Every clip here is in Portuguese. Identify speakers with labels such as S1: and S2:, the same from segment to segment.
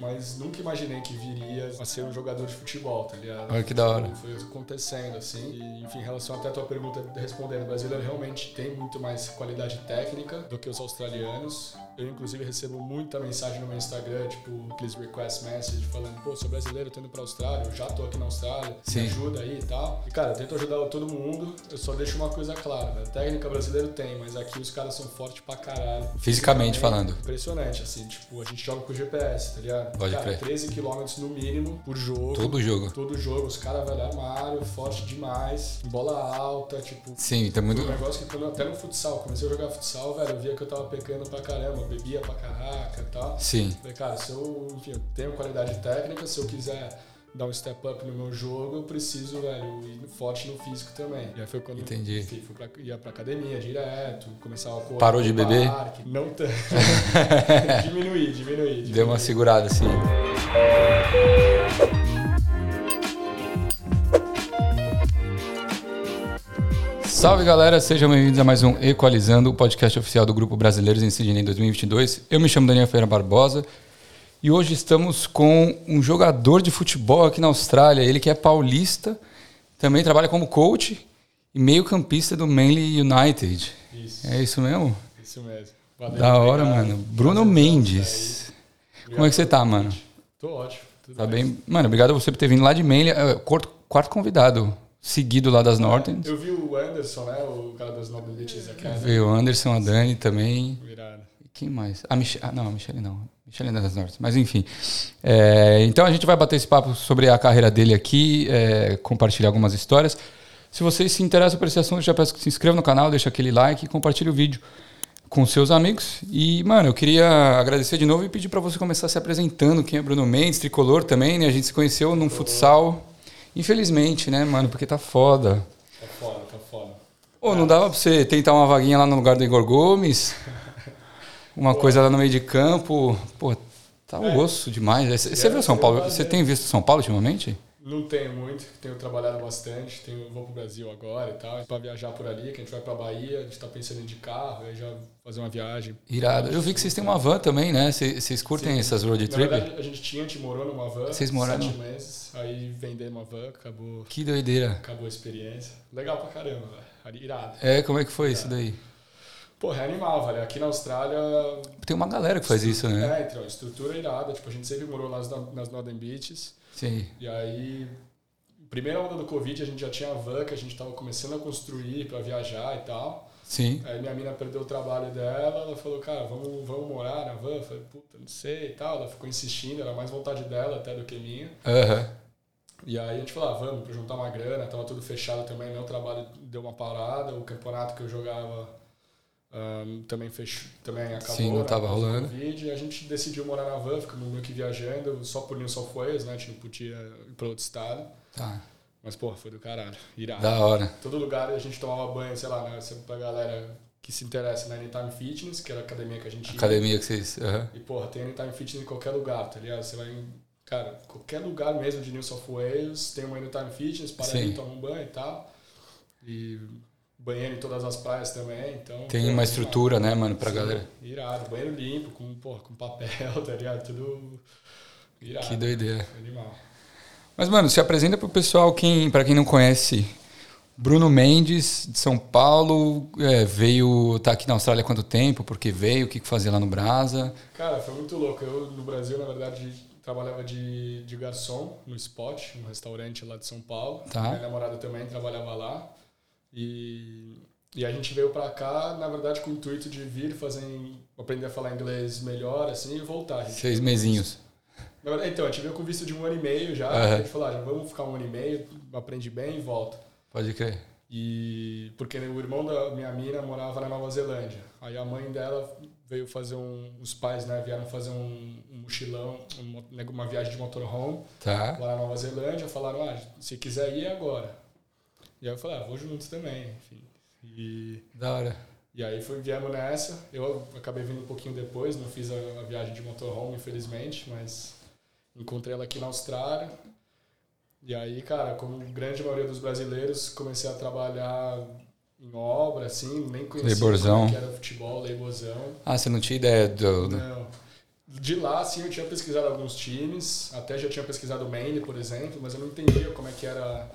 S1: mas nunca imaginei que viria a ser um jogador de futebol, tá ligado?
S2: Olha que da hora.
S1: Foi acontecendo, assim. E, enfim, em relação até a tua pergunta, respondendo, o brasileiro realmente tem muito mais qualidade técnica do que os australianos. Eu, inclusive, recebo muita mensagem no meu Instagram, tipo, please request message, falando, pô, sou brasileiro, tô indo pra Austrália, eu já tô aqui na Austrália,
S2: Sim.
S1: me ajuda aí e tal. E, cara, eu tento ajudar todo mundo, eu só deixo uma coisa clara, velho. Técnica brasileiro tem, mas aqui os caras são fortes pra caralho.
S2: Fisicamente
S1: É
S2: falando.
S1: Impressionante, assim, tipo, a gente joga com GPS, tá ligado?
S2: Pode
S1: cara,
S2: crer.
S1: 13 km no mínimo por jogo.
S2: Todo jogo.
S1: Todo jogo, os caras, velho, armário, forte demais, bola alta, tipo.
S2: Sim, tem
S1: Foi
S2: muito.
S1: um negócio que quando eu até no futsal, comecei a jogar futsal, velho, eu via que eu tava pecando pra caramba, bebia pra caraca e tal.
S2: Sim.
S1: Falei, cara, se eu, enfim, eu tenho qualidade técnica, se eu quiser dar um step up no meu jogo, eu preciso, velho, ir forte no físico também. E aí foi quando
S2: Entendi.
S1: eu fui, fui pra, ia pra academia direto, começava a correr.
S2: Parou
S1: no
S2: de beber?
S1: parque. Não tanto. diminuí, diminuí, diminuí.
S2: Deu uma segurada assim. Salve galera, sejam bem-vindos a mais um Equalizando, o podcast oficial do Grupo Brasileiros em Sydney 2022. Eu me chamo Daniel Ferreira Barbosa e hoje estamos com um jogador de futebol aqui na Austrália. Ele que é paulista, também trabalha como coach e meio-campista do Manly United.
S1: Isso,
S2: É isso mesmo?
S1: isso mesmo. Valeu,
S2: Da hora,
S1: obrigado.
S2: mano. Bruno
S1: Prazer em
S2: Mendes.
S1: estar aí.
S2: Como é que você tá, mano?
S1: Tô ótimo. Tudo
S2: Tá bem. Mano, obrigado a você por ter vindo lá de Maine. É, quarto, quarto convidado, seguido lá das Nortons.
S1: Eu vi o Anderson, né? O cara das Nobilities aqui. né?
S2: Veio o Anderson, a Dani também.
S1: Virado.
S2: E Quem mais? A Michelle. Ah, não, a Michelle não. Michelle não é das Nortons. Mas enfim. É, então a gente vai bater esse papo sobre a carreira dele aqui, é, compartilhar algumas histórias. Se vocês se interessam por esse assunto, eu já peço que se inscreva no canal, deixa aquele like e compartilhe o vídeo com seus amigos. E, mano, eu queria agradecer de novo e pedir pra você começar se apresentando. Quem é Bruno Mendes, tricolor também, né? A gente se conheceu num futsal. Infelizmente, né, mano? Porque tá foda.
S1: Tá foda, tá foda.
S2: Ou não dava pra você tentar uma vaguinha lá no lugar do Igor Gomes? Uma coisa lá no meio de campo? Pô, tá um
S1: É.
S2: osso demais. Você você
S1: É,
S2: viu São
S1: eu
S2: Paulo?
S1: fazer.
S2: Você tem visto São Paulo ultimamente?
S1: Não tenho muito, tenho trabalhado bastante, tenho, vou pro Brasil agora e tal, pra viajar por ali, que a gente vai pra Bahia, a gente tá pensando em ir de carro, aí já fazer uma viagem.
S2: Irado. Eu vi que vocês têm uma van também, né? Cê- Vocês curtem
S1: Sim.
S2: essas road
S1: Na
S2: trip?
S1: verdade, a gente tinha, a gente morou numa van,
S2: Vocês moraram?
S1: sete meses, aí vendemos uma van, acabou,
S2: Que doideira.
S1: acabou a experiência. Legal pra caramba, velho. Ali, irado.
S2: É, como é que foi isso daí?
S1: Porra, é animal, velho. Aqui na Austrália,
S2: Tem uma galera que faz isso, né?
S1: é, então, a estrutura é irada, tipo, a gente sempre morou lá nas, nas Northern Beaches,
S2: Sim.
S1: E aí, primeira onda do Covid, a gente já tinha a van que a gente tava começando a construir para viajar e tal.
S2: Sim.
S1: Aí minha mina perdeu o trabalho dela, ela falou, cara, vamos, vamos morar na van? Eu falei, puta, não sei e tal. Ela ficou insistindo, era mais vontade dela até do que minha.
S2: Aham.
S1: E aí a gente falou, ah, vamos, pra juntar uma grana, tava tudo fechado também, meu trabalho deu uma parada, o campeonato que eu jogava ahn, também fechou, também acabou.
S2: Sim, não
S1: né,
S2: tava
S1: por causa do
S2: rolando.
S1: Covid, e a gente decidiu morar na van, ficamos meio que viajando, só por New South Wales, né, a gente não podia ir pra outro estado.
S2: Tá.
S1: Mas, porra, foi do caralho. Irado.
S2: Da hora.
S1: Todo lugar a gente tomava banho, sei lá, né? Sempre pra galera que se interessa na Anytime Fitness, que era a academia que a gente ia.
S2: Academia que vocês. Aham.
S1: E, porra, tem Anytime Fitness em qualquer lugar, tá ligado? Você vai em, cara, qualquer lugar mesmo de New South Wales, tem uma Anytime Fitness, para
S2: Sim.
S1: ali, toma um banho e tal. E banheiro em todas as praias também, então...
S2: Tem
S1: porra,
S2: uma
S1: animal.
S2: estrutura, né, mano, pra
S1: Sim,
S2: galera.
S1: Irado, banheiro limpo, com, porra, com papel, tá ligado? Tudo irado,
S2: Que doideira.
S1: animal.
S2: Mas, mano, se apresenta pro pessoal, quem, para quem não conhece, Bruno Mendes, de São Paulo, é, veio, tá aqui na Austrália há quanto tempo, por que veio, o que que fazia lá no Brasa.
S1: Cara, foi muito louco. Eu, no Brasil, na verdade, trabalhava de, de garçom no Spot, um restaurante lá de São Paulo.
S2: Tá.
S1: Minha namorada também trabalhava lá. E, e a gente veio pra cá, na verdade, com o intuito de vir, fazer, aprender a falar inglês melhor, assim, e voltar. A gente-
S2: Seis mesinhos.
S1: na verdade, então, a gente veio com visto de um ano e meio já.
S2: Aham.
S1: A gente falou, ah, vamos ficar um ano e meio, aprende bem e volta.
S2: Pode crer.
S1: E porque o irmão da minha mina morava na Nova Zelândia. Aí a mãe dela veio fazer um. Os pais, né, vieram fazer um, um mochilão, um mo- uma viagem de motorhome
S2: Tá.
S1: lá na Nova Zelândia. Falaram, ah, se quiser ir é agora. E aí eu falei, ah, vou juntos também, enfim. E,
S2: Da hora.
S1: e aí foi, viemos nessa. Eu acabei vindo um pouquinho depois, não fiz a, a viagem de motorhome, infelizmente, mas encontrei ela aqui na Austrália. E aí, cara, como a grande maioria dos brasileiros, comecei a trabalhar em obra, assim, nem conhecia
S2: Laborzão.
S1: como que era futebol, laborzão.
S2: Ah, você não tinha ideia do... do-
S1: Não. De lá, assim, eu tinha pesquisado alguns times, até já tinha pesquisado o Maine, por exemplo, mas eu não entendia como é que era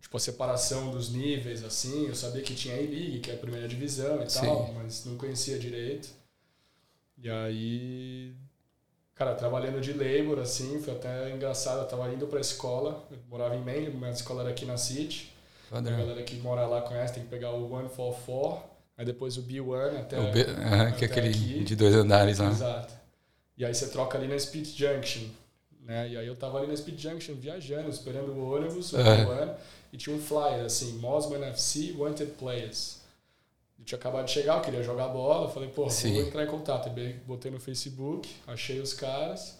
S1: tipo, a separação dos níveis, assim. Eu sabia que tinha a E-League, que é a primeira divisão e tal,
S2: Sim.
S1: mas não conhecia direito. E aí, cara, trabalhando de labor, assim, foi até engraçado. Eu tava indo pra escola, eu morava em Maine, minha escola era aqui na City. A
S2: Padrão.
S1: galera que mora lá conhece, tem que pegar o 144, aí depois o B1 até...
S2: O B- aham, que é
S1: até
S2: aquele
S1: aqui.
S2: de dois andares lá.
S1: Exato. E aí você troca ali na Speed Junction. Né? E aí eu tava ali na Speed Junction viajando, esperando o ônibus, o
S2: É.
S1: van, e tinha um flyer assim, Mosman FC Wanted Players. Eu tinha acabado de chegar, eu queria jogar bola, eu falei, pô,
S2: Sim.
S1: vou entrar em contato. Aí Botei no Facebook, achei os caras,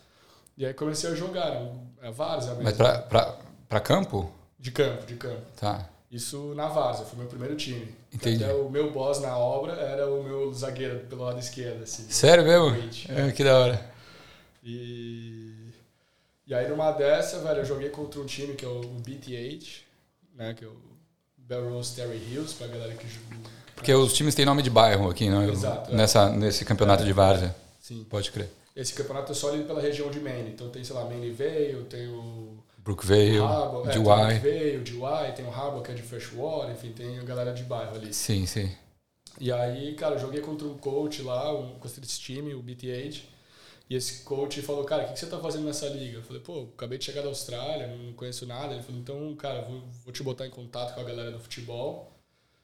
S1: e aí comecei a jogar, é várzea mesmo,
S2: Mas pra, pra, pra campo?
S1: de campo, de campo.
S2: Tá.
S1: Isso na Várzea, foi meu primeiro time.
S2: Entendi.
S1: Até o meu boss na obra era o meu zagueiro pelo lado esquerdo, assim.
S2: Sério mesmo?
S1: Corinthians.
S2: É, que da hora.
S1: E, e aí numa dessa, velho, eu joguei contra um time que é o BTH, né? Que é o Barrows Terry Hills, pra galera que joga.
S2: Porque os times têm nome de bairro aqui, não? Eu-
S1: Exato, é.
S2: Nessa, nesse campeonato de várzea.
S1: Sim.
S2: Pode crer.
S1: Esse campeonato é só ali pela região de Maine. Então tem, sei lá, Maine Vale, tem o
S2: Brookvale,
S1: Harbour, é, tem o Maine
S2: DY.
S1: Vale, DY, tem o Harbour que é de Freshwater, enfim, tem a galera de bairro ali.
S2: Sim, sim.
S1: E aí, cara, eu joguei contra um coach lá, um, contra esse time, o BTH. E esse coach falou, cara, o que, que você tá fazendo nessa liga? Eu falei, pô, acabei de chegar da Austrália, não conheço nada. Ele falou, então, cara, vou, vou te botar em contato com a galera do futebol.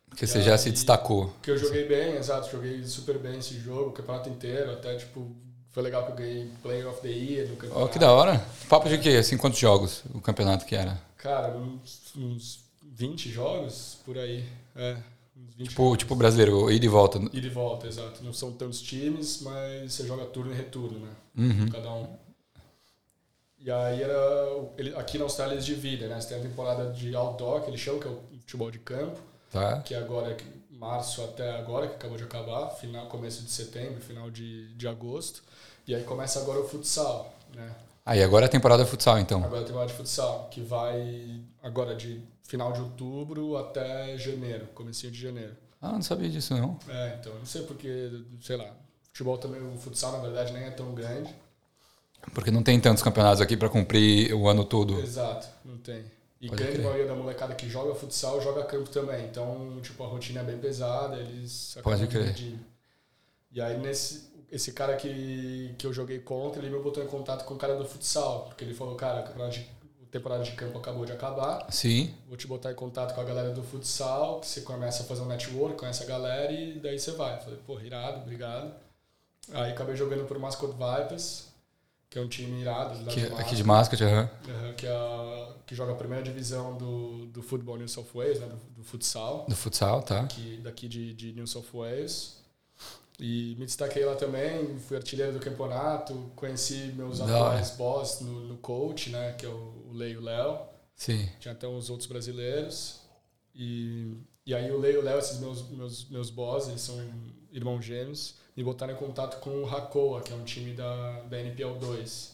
S2: Porque você já se
S1: aí-
S2: destacou.
S1: Porque eu joguei bem, exato, joguei super bem esse jogo, o campeonato inteiro. Até, tipo, foi legal que eu ganhei Player of the Year no campeonato.
S2: Ó, que da hora. Papo de quê? Assim, quantos jogos o campeonato que era?
S1: Cara, uns, uns 20 jogos por aí. É, uns 20
S2: Tipo, tipo brasileiro, ida e volta.
S1: E de volta, exato. Não são tantos times, mas você joga turno e retorno, né?
S2: Uhum.
S1: Cada um. E aí era. o- ele- aqui na Austrália eles dividem, né? Você tem a temporada de outdoor, que eles chamam, que é o futebol de campo,
S2: Tá?
S1: que agora é que- março até agora, que acabou de acabar, final, começo de setembro, final de, de agosto. E aí começa agora o futsal, né?
S2: Aí agora é a temporada futsal, então.
S1: Agora tem a temporada de futsal, que vai agora de final de outubro até janeiro, comecinho de janeiro.
S2: Ah, não sabia disso, não.
S1: É, então, eu não sei porque, sei lá, futebol também, o futsal na verdade nem é tão grande.
S2: Porque não tem tantos campeonatos aqui pra cumprir o ano todo.
S1: Exato, não tem. E
S2: Pode
S1: grande
S2: crer.
S1: maioria da molecada que joga futsal joga campo também. Então, tipo, a rotina é bem pesada, eles acabam
S2: Pode crer.
S1: dividindo. E aí, nesse, esse cara que, que eu joguei contra, ele me botou em contato com o cara do futsal. Porque ele falou, cara, a temporada de, a temporada de campo acabou de acabar,
S2: Sim.
S1: vou te botar em contato com a galera do futsal, que você começa a fazer um network, conhece a galera e daí você vai. Eu falei, pô, irado, obrigado. Aí acabei jogando por Mascot Vipers, que é um time irado. lá
S2: Que, é
S1: do
S2: aqui
S1: Mato.
S2: de Mascot, aham.
S1: Aham, que, é a- que joga a primeira divisão do, do futebol New South Wales, né, do, do futsal,
S2: Do futsal, tá?
S1: que, daqui de, de New South Wales. E me destaquei lá também, fui artilheiro do campeonato, conheci meus
S2: Da
S1: atuais boss no, no coach, né, que é o o Lei e o Léo.
S2: Sim.
S1: Tinha até uns outros brasileiros. E, e aí o Lei e o Léo, esses meus, meus, meus bosses, eles são irmãos gêmeos, me botaram em contato com o Hakoa, que é um time da, da NPL 2.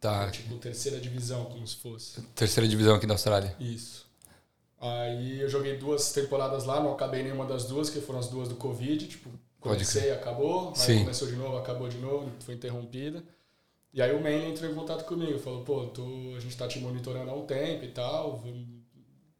S2: Tá.
S1: Tipo, terceira divisão, como se fosse.
S2: Terceira divisão aqui da Austrália.
S1: Isso. Aí eu joguei duas temporadas lá, não acabei nenhuma das duas, que foram as duas do Covid. Tipo,
S2: Pode
S1: comecei, acabou. Aí
S2: Sim.
S1: começou de novo, acabou de novo, foi interrompida. E aí o Manny entrou em contato comigo, falou, pô, tu- a gente tá te monitorando há um tempo e tal, vamos-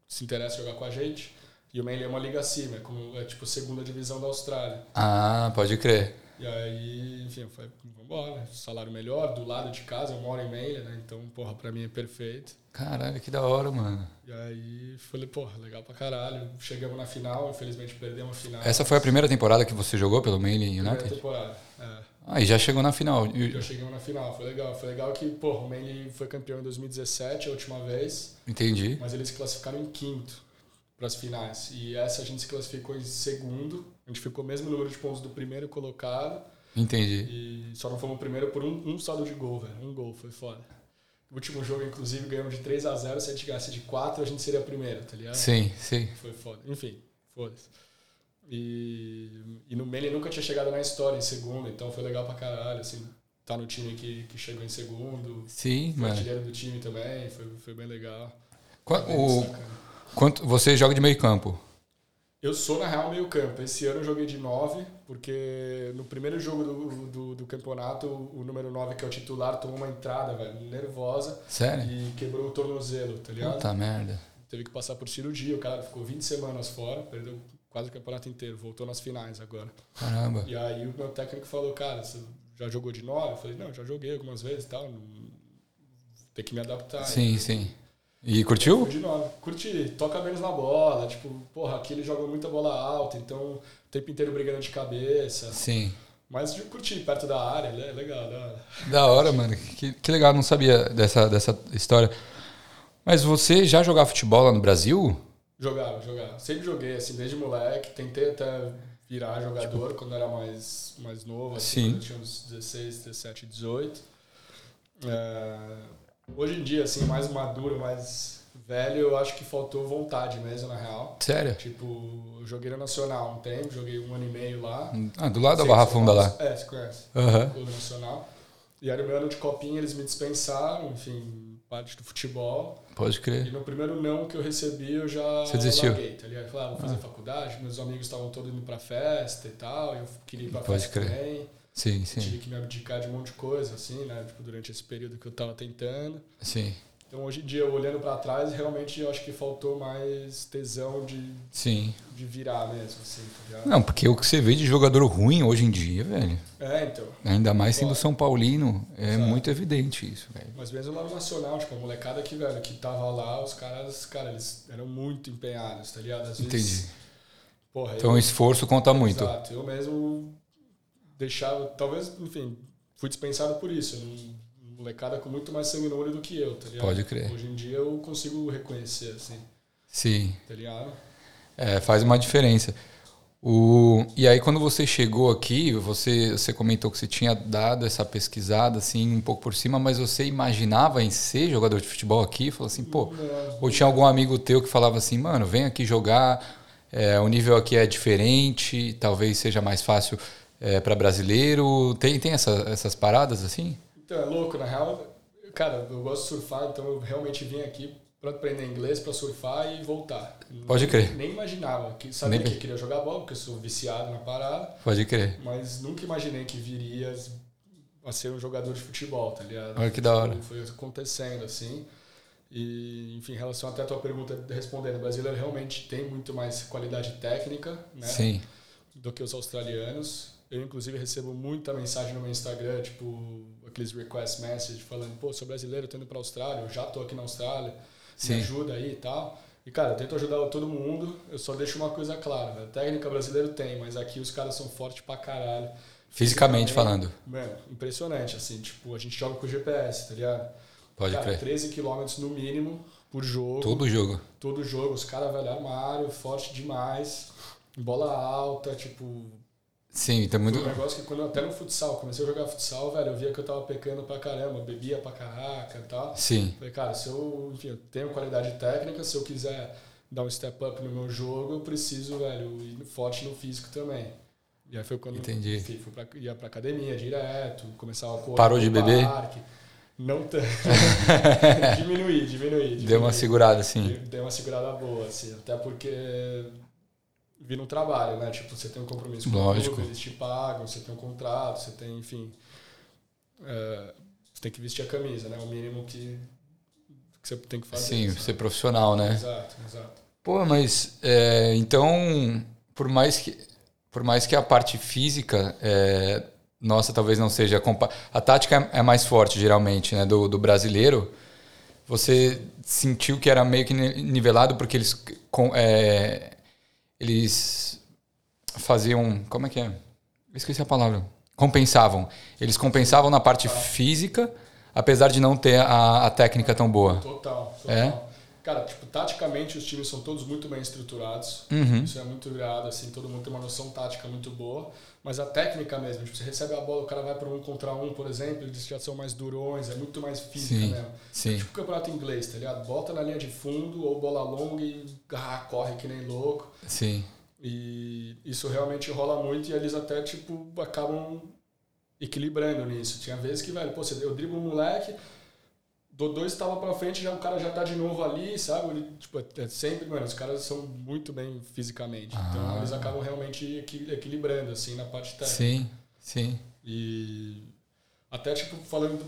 S1: se interessa jogar com a gente. E o Manly é uma liga acima, é, como, é tipo segunda divisão da Austrália.
S2: Ah, pode crer.
S1: E aí, enfim, eu falei, vambora, salário melhor, do lado de casa, eu moro em Manly, né? Então, porra, pra mim é perfeito.
S2: Caralho, que da hora, mano.
S1: E aí falei, porra, legal pra caralho. Chegamos na final, infelizmente perdemos a final.
S2: Essa foi a primeira né, temporada que você jogou pelo Maine
S1: primeira
S2: United?
S1: temporada. É,
S2: Ah, e já chegou na final.
S1: já chegamos na final, foi legal. Foi legal que, porra, o Manly foi campeão em 2017, a última vez,
S2: Entendi.
S1: mas eles se classificaram em quinto pras finais. E essa a gente se classificou em segundo. A gente ficou o mesmo número de pontos do primeiro colocado
S2: Entendi.
S1: e só não fomos o primeiro por um, um saldo de gol, velho. Um gol, foi foda. O último jogo, inclusive, ganhamos de 3 a 0 Se a gente ganhasse de 4, a gente seria primeiro, tá ligado?
S2: Sim, sim.
S1: Foi foda. Enfim, foda-se. E, e no Mene nunca tinha chegado na história em segundo, então foi legal pra caralho, assim, tá no time que, que chegou em segundo,
S2: Sim,
S1: foi
S2: mano.
S1: artilheiro do time também, foi, foi bem legal.
S2: Qua-
S1: Bem
S2: É. o-
S1: destacado.
S2: quanto, você joga de meio campo.
S1: Eu sou, na real, meio campo. Esse ano eu joguei de 9, porque no primeiro jogo do, do, do campeonato, o número 9, que é o titular, tomou uma entrada, velho, nervosa.
S2: Sério?
S1: E quebrou o tornozelo, tá ligado?
S2: Puta merda.
S1: Teve que passar por cirurgia, o cara ficou 20 semanas fora, perdeu quase o campeonato inteiro, voltou nas finais agora.
S2: Caramba.
S1: E aí o meu técnico falou, cara, você já jogou de 9? Eu falei, não, já joguei algumas vezes e tal, não- tem que me adaptar.
S2: Sim, sim. E
S1: Fui
S2: curtiu?
S1: De nove. Curti, toca menos na bola. Tipo, porra, aqui ele joga muita bola alta, então o tempo inteiro brigando de cabeça.
S2: Sim.
S1: Mas de curtir perto da área, né? legal. né?
S2: Da hora, mano. Que, que legal, não sabia dessa, dessa história. Mas você já jogava futebol lá no Brasil?
S1: Jogava, jogava. Sempre joguei, assim, desde moleque. Tentei até virar jogador quando era mais, mais novo, assim,
S2: Sim.
S1: quando eu tinha uns 16, 17, 18. É, hoje em dia, assim, mais maduro, mais velho, eu acho que faltou vontade mesmo, na real.
S2: Sério?
S1: Tipo, eu joguei no Nacional um tempo, joguei um ano e meio lá.
S2: Ah, do lado da
S1: Sei,
S2: Barra
S1: você
S2: Funda lá.
S1: conhece? É, você conhece.
S2: Aham.
S1: Clube Nacional. E era o meu ano de copinha, eles me dispensaram, enfim, parte do futebol.
S2: Pode
S1: E
S2: crer.
S1: no primeiro não que eu recebi, eu já
S2: É. Você desistiu?
S1: larguei, tá ligado? Falei, ah, vou fazer faculdade, meus amigos estavam todos indo pra festa e tal, eu queria ir pra
S2: Pode
S1: festa
S2: crer.
S1: também.
S2: Sim, sim.
S1: Tive que me abdicar de um monte de coisa, assim, né? Tipo, durante esse período que eu tava tentando.
S2: Sim.
S1: Então, hoje em dia, eu olhando pra trás, realmente eu acho que faltou mais tesão de,
S2: Sim.
S1: de virar mesmo, assim, tá ligado?
S2: Não, porque o que você vê de jogador ruim hoje em dia, velho,
S1: É, então.
S2: ainda mais sendo São Paulino, é
S1: Exato.
S2: muito evidente isso, velho.
S1: Mas mesmo lá no Nacional, tipo, a molecada que, velho, que tava lá, os caras, cara, eles eram muito empenhados, tá ligado? Às vezes,
S2: Entendi.
S1: porra,
S2: Então o
S1: eu,
S2: esforço conta muito.
S1: Exato, eu mesmo deixava, talvez, enfim, fui dispensado por isso. Um molecada com muito mais sangue no olho do que eu, tá ligado?
S2: Pode crer.
S1: Hoje em dia eu consigo reconhecer, assim,
S2: Sim.
S1: tá ligado?
S2: É, faz uma diferença. O, e aí, quando você chegou aqui, você, você comentou que você tinha dado essa pesquisada, assim, um pouco por cima, mas você imaginava em ser jogador de futebol aqui? Falou assim, pô,
S1: Não,
S2: ou tinha algum amigo teu que falava assim, mano, vem aqui jogar, é, o nível aqui é diferente, talvez seja mais fácil é, para brasileiro. Tem, tem essa- essas paradas assim?
S1: Então, é louco, na real, cara, eu gosto de surfar, então eu realmente vim aqui pra aprender inglês, pra surfar e voltar.
S2: Pode crer.
S1: Nem imaginava, que, sabia
S2: Nem-
S1: que eu queria jogar bola, porque eu sou viciado na parada,
S2: Pode crer.
S1: mas nunca imaginei que viria a ser um jogador de futebol, tá ligado?
S2: Olha que da hora.
S1: Foi acontecendo, assim. E, enfim, em relação até a tua pergunta, respondendo, o brasileiro realmente tem muito mais qualidade técnica, né?
S2: Sim,
S1: do que os australianos. Eu, inclusive, recebo muita mensagem no meu Instagram, tipo, aqueles request message falando, pô, sou brasileiro, tô indo pra Austrália, eu já tô aqui na Austrália,
S2: Sim.
S1: me ajuda aí e tal. E, cara, eu tento ajudar todo mundo, eu só deixo uma coisa clara, né? técnica brasileiro tem, mas aqui os caras são fortes pra caralho.
S2: fisicamente falando.
S1: Mano, impressionante, assim, tipo, a gente joga com GPS, tá ligado?
S2: Pode
S1: cara,
S2: crer.
S1: 13 quilômetros no mínimo por jogo
S2: Todo jogo.
S1: todo jogo, os caras, velho, armário, forte demais, bola alta, tipo.
S2: Sim, então
S1: Foi
S2: muito.
S1: um negócio que quando eu até no futsal, comecei a jogar futsal, velho, eu via que eu tava pecando pra caramba, bebia pra caraca e tal.
S2: Sim,
S1: Falei, cara, se eu, enfim, eu tenho qualidade técnica, se eu quiser dar um step up no meu jogo, eu preciso, velho, ir forte no físico tambtambém. E aí foi quando
S2: Entendi.
S1: enfim, fui pra, ia pra academia direto, começava a correr.
S2: Parou
S1: no
S2: de beber?
S1: parque. Não tanto. diminuí, diminuí, diminuí.
S2: deu uma segurada assim.
S1: Deu uma segurada boa, assim, até porque vi no trabalho, né? Tipo, você tem um compromisso com o
S2: Lógico.
S1: clube, eles te pagam, você tem um contrato, você tem, enfim. é, você tem que vestir a camisa, né? O mínimo que, que você tem que fazer.
S2: Sim,
S1: sabe?
S2: ser profissional, né?
S1: Exato, exato.
S2: Pô, mas é, então, por mais que por mais que a parte física é, nossa talvez não seja compa- a tática é mais forte geralmente, né, do, do brasileiro. Você sentiu que era meio que ni- nivelado porque eles com- é, eles faziam como é que é? Eu esqueci a palavra. Compensavam. Eles compensavam na parte física, apesar de não ter a, a técnica tão boa.
S1: Total, total.
S2: É?
S1: Cara, tipo, taticamente os times são todos muito bem estruturados.
S2: Uhum.
S1: Isso é muito irado, assim, todo mundo tem uma noção tática muito boa, mas a técnica mesmo, tipo, você recebe a bola, o cara vai para um contra um, por exemplo, eles já são mais durões, é muito mais física
S2: Sim.
S1: mesmo.
S2: Sim.
S1: Tipo o campeonato inglês, tá ligado? Bota na linha de fundo ou bola longa e ah, corre que nem louco.
S2: Sim.
S1: E isso realmente rola muito e eles até, tipo, acabam equilibrando nisso. Tinha vezes que, velho, pô, você, eu driblo um moleque, do dois estava para frente, já o cara já tá de novo ali, sabe? Ele, tipo, é sempre, mano, os caras são muito bem fisicamente. Então
S2: Ah.
S1: eles acabam realmente equi- equilibrando, assim, na parte técnica.
S2: Sim, sim.
S1: E até, tipo, falando,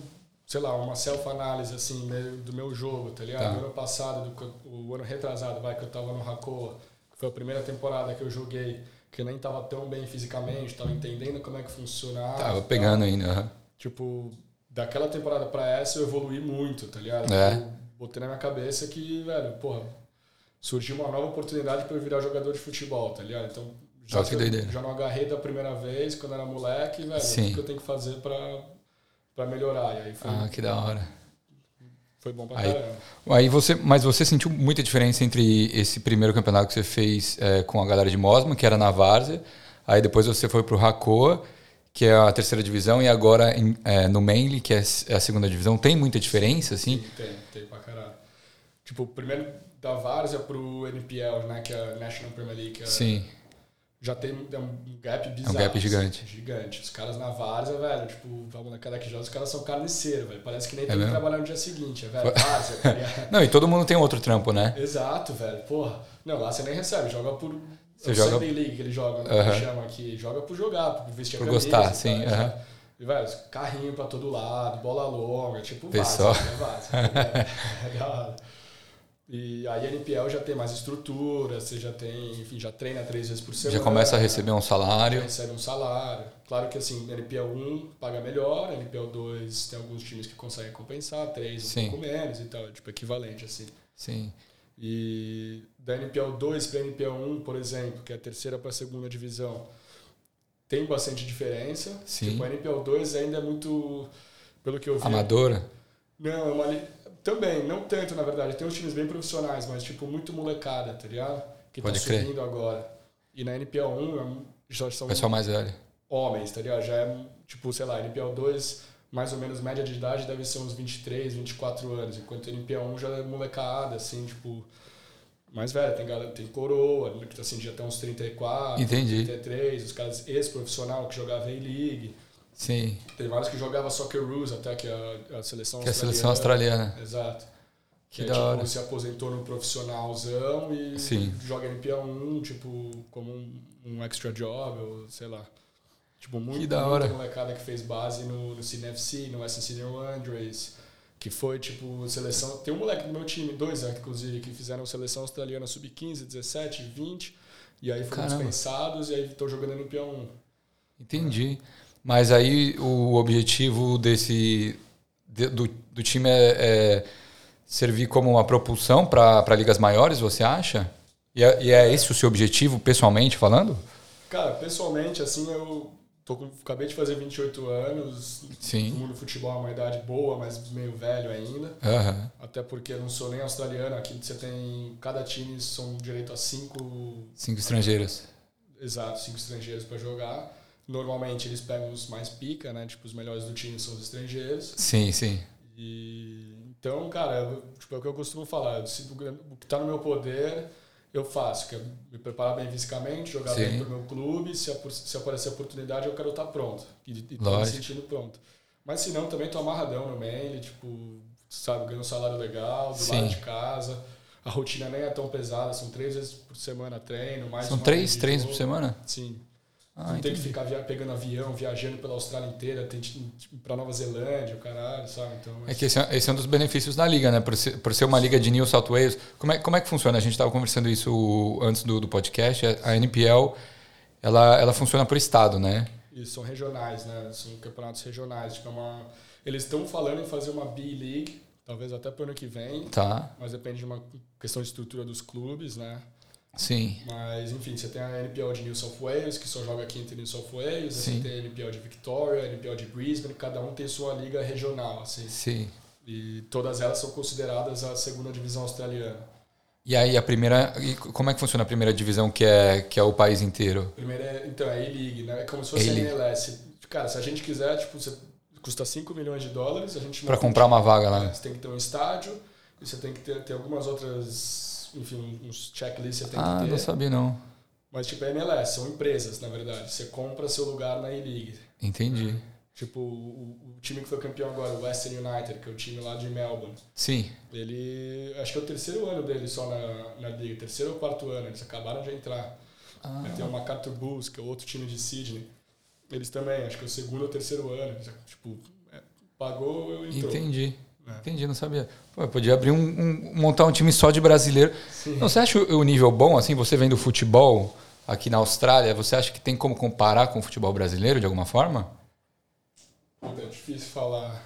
S1: sei lá, uma self-análise, assim, meio do meu jogo, tá ligado?
S2: Tá.
S1: Do ano passado, do, que eu- o ano retrasado, vai, que eu tava no Hakoa, que foi a primeira temporada que eu joguei, que eu nem tava tão bem fisicamente, tava entendendo como é que funcionava.
S2: Ah, Tava
S1: tá?
S2: pegando ainda. aham.
S1: Tipo, daquela temporada pra essa eu evoluí muito, tá ligado?
S2: É.
S1: Eu botei na minha cabeça que, velho, porra, surgiu uma nova oportunidade pra eu virar jogador de futebol, tá ligado? Então, já,
S2: Olha que
S1: que eu-
S2: doideira.
S1: já não agarrei da primeira vez, quando era moleque, velho,
S2: Sim.
S1: o que eu tenho que fazer pra, pra melhorar? E aí foi,
S2: Ah, que da hora.
S1: foi bom pra
S2: Aí-
S1: caramba.
S2: Aí você, mas você sentiu muita diferença entre esse primeiro campeonato que você fez eh, com a galera de Mosman, que era na Várzea, aí depois você foi pro Hakoa, que é a terceira divisão, e agora em- eh, no Manly, que é s- é a segunda divisão. Tem muita diferença, assim?
S1: Tem, tem pra caralho. Tipo, primeiro da Várzea pro NPL, né, que é a National Premier League, que é
S2: Sim.
S1: já tem um é um gap bizarro.
S2: gap gigante.
S1: assim, Gigante. Os caras na várzea, velho, tipo, a molecada que joga, os caras são carniceiros, velho. Parece que nem tem que
S2: É mesmo?
S1: trabalhar no dia seguinte, é, velho. Várzea, tá ligado?
S2: Não, e todo mundo tem outro trampo, né?
S1: Exato, velho. Porra. Não, lá você nem recebe, joga por.
S2: Você
S1: é o
S2: joga-
S1: Sunday League que ele joga, né?
S2: Aham.
S1: Que chama aqui. Joga por jogar, por vestir a
S2: Por
S1: camisa,
S2: gostar,
S1: tá?
S2: sim,
S1: Já-
S2: aham.
S1: E, velho, os carrinho pra todo lado, bola longa, tipo
S2: Vê
S1: vaza,
S2: só.
S1: né? Vaza, né? É da hora. E aí a NPL já tem mais estrutura, você já tem, enfim, já treina três vezes por semana.
S2: Já começa a receber um salário.
S1: recebe um salário. Claro que assim, NPL1 paga melhor, NPL2 tem alguns times que conseguem compensar, 3 um
S2: Sim.
S1: pouco menos e tal, tipo equivalente assim.
S2: Sim.
S1: E da NPL2 para NPL1, por exemplo, que é a terceira para a segunda divisão, tem bastante diferença.
S2: Sim.
S1: Tipo, a NPL2 ainda é muito pelo que eu vi,
S2: Amadora?
S1: não, é uma li- também, não tanto na verdade. Tem uns times bem profissionais, mas tipo muito molecada, tá ligado? Que
S2: Pode
S1: tá
S2: crer.
S1: subindo agora. E na NPL1 é um- já são
S2: Pessoal mais velho.
S1: homens, tá ligado? Já é, tipo, sei lá, NPL 2, mais ou menos média de idade deve ser uns 23, 24 anos, enquanto NPL 1 já é molecada, assim, tipo, mais velha, tem galera, tem coroa, que tá assim, já tem uns 34,
S2: Entendi.
S1: 33, os caras ex-profissional que jogava A-League,
S2: Sim.
S1: tem vários que jogava Soccer Rules até, que é a, a seleção
S2: Que é a seleção australiana.
S1: Exato.
S2: Que
S1: é,
S2: da
S1: tipo,
S2: hora.
S1: se aposentou no profissionalzão e
S2: Sim.
S1: joga NPL 1, tipo, como um, um extra job, ou sei lá. Tipo, muito,
S2: Que da hora.
S1: muita molecada que fez base no, no CNFC, no SNC New Andres, que foi, tipo, seleção... Tem um moleque do meu time, dois, né, inclusive, que fizeram seleção australiana sub-15, 17, 20, e aí foram
S2: Caramba.
S1: dispensados e aí estão jogando NPL 1.
S2: Entendi. Mas aí o objetivo desse de- do, do time é, é servir como uma propulsão para ligas maiores, você acha? E é, e é esse o seu objetivo, pessoalmente falando?
S1: Cara, pessoalmente, assim, eu tô com, acabei de fazer 28 anos.
S2: Sim.
S1: O mundo do futebol é uma idade boa, mas meio velho ainda.
S2: Aham.
S1: Até porque eu não sou nem australiano. Aqui você tem. Cada time são direito a cinco.
S2: Cinco estrangeiros.
S1: Exato, cinco estrangeiros pra jogar. Normalmente eles pegam os mais pica, né? Tipo, os melhores do time são os estrangeiros.
S2: Sim, sim.
S1: E, então, cara, eu- tipo, é o que eu costumo falar. Se o gran- o que está no meu poder, eu faço. Que é me preparar bem fisicamente, jogar
S2: Sim.
S1: bem pro meu clube. Se, apor- se aparecer oportunidade, eu quero estar pronto. E, e tô me
S2: Lógico.
S1: sentindo pronto. Mas se não, também tô amarradão no mail. Tipo, sabe, ganho um salário legal, do
S2: Sim.
S1: lado de casa. A rotina nem é tão pesada. São três vezes por semana treino. Mais
S2: São
S1: uma vez
S2: três,
S1: de
S2: três
S1: jogo.
S2: por semana?
S1: Sim não
S2: Ah,
S1: tem que
S2: entendi.
S1: ficar via- pegando avião, viajando pela Austrália inteira, tem tipo, pra Nova Zelândia, o caralho, sabe? Então,
S2: É que esse é, esse é um dos benefícios da liga, né? Por ser, por ser uma liga de New South Wales. Como é, como é que funciona? A gente estava conversando isso antes do, do podcast. A- A NPL, ela, ela funciona por estado, né?
S1: e são regionais, né? São campeonatos regionais. Tipo, é uma... Eles estão falando em fazer uma B-League, talvez até pro ano que vem,
S2: Tá,
S1: mas depende de uma questão de estrutura dos clubes, né?
S2: sim.
S1: Mas, enfim, você tem a NPL de New South Wales, que só joga aqui entre New South Wales, aí
S2: Sim.
S1: você tem a NPL de Victoria, a NPL de Brisbane, cada um tem sua liga regional, assim.
S2: Sim.
S1: E todas elas são consideradas a segunda divisão australiana.
S2: E aí a primeira. e c- como é que funciona a primeira divisão que é, que é o país inteiro?
S1: Primeiro é, então, é A-League, né? É como se fosse a
S2: A-League.
S1: MLS. Cara, se a gente quiser, tipo, você custa 5 milhões de dólares, a gente
S2: Pra
S1: monta um
S2: comprar uma vaga
S1: time,
S2: lá.
S1: Você tem que ter um estádio, e você tem que ter, ter algumas outras, enfim, uns checklists você tem
S2: Ah,
S1: que
S2: não
S1: ter.
S2: sabia não.
S1: Mas tipo, é MLS, são empresas, na verdade. Você compra seu lugar na A-League.
S2: Entendi.
S1: Tipo, o, o time que foi campeão agora, o Western United, que é o time lá de Melbourne.
S2: Sim.
S1: Ele. Acho que é o terceiro ano dele só na, na liga. Terceiro ou quarto ano, eles acabaram de entrar.
S2: Ah.
S1: Tem o MacArthur Bulls, que é outro time de Sydney. Eles também, acho que é o segundo ou terceiro ano. eles, Tipo, é, pagou, eu entrou.
S2: Entendi.
S1: É.
S2: Entendi, não sabia. Pô, eu podia abrir um, um- montar um time só de brasileiro. Não, você acha o o nível bom, assim, você vendo futebol aqui na Austrália, você acha que tem como comparar com o futebol brasileiro de alguma forma?
S1: Puta, É difícil falar.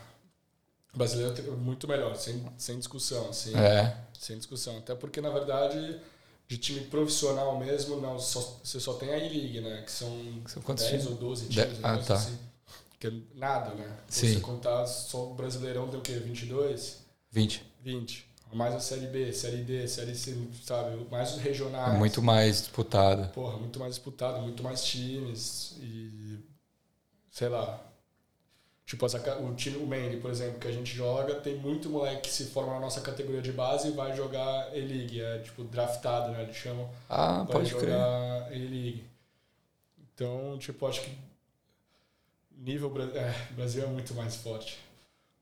S1: O brasileiro é muito melhor, sem, sem discussão, assim.
S2: É.
S1: Sem discussão. Até porque, na verdade, de time profissional mesmo, não, só- você só tem a E-League, né? Que são
S2: São quantos
S1: 10
S2: times?
S1: ou 12
S2: De-
S1: times. um
S2: ah,
S1: negócio
S2: tá.
S1: assim. Que é nada, né?
S2: Sim.
S1: Você contar só o Brasileirão tem o quê? 22?
S2: 20.
S1: 20. Mais a Série B, Série D, Série C, sabe? Mais os
S2: É
S1: regionais.
S2: muito mais disputado.
S1: Porra, muito mais disputado, muito mais times e sei lá. Tipo, as aca- o time, o Manly, por exemplo, que a gente joga, tem muito moleque que se forma na nossa categoria de base e vai jogar E-League, é tipo draftado, né? Eles chamam
S2: Ah,
S1: para
S2: pode crer.
S1: jogar E-League. Então, tipo, acho que nível Bra- é, o Brasil é muito mais forte.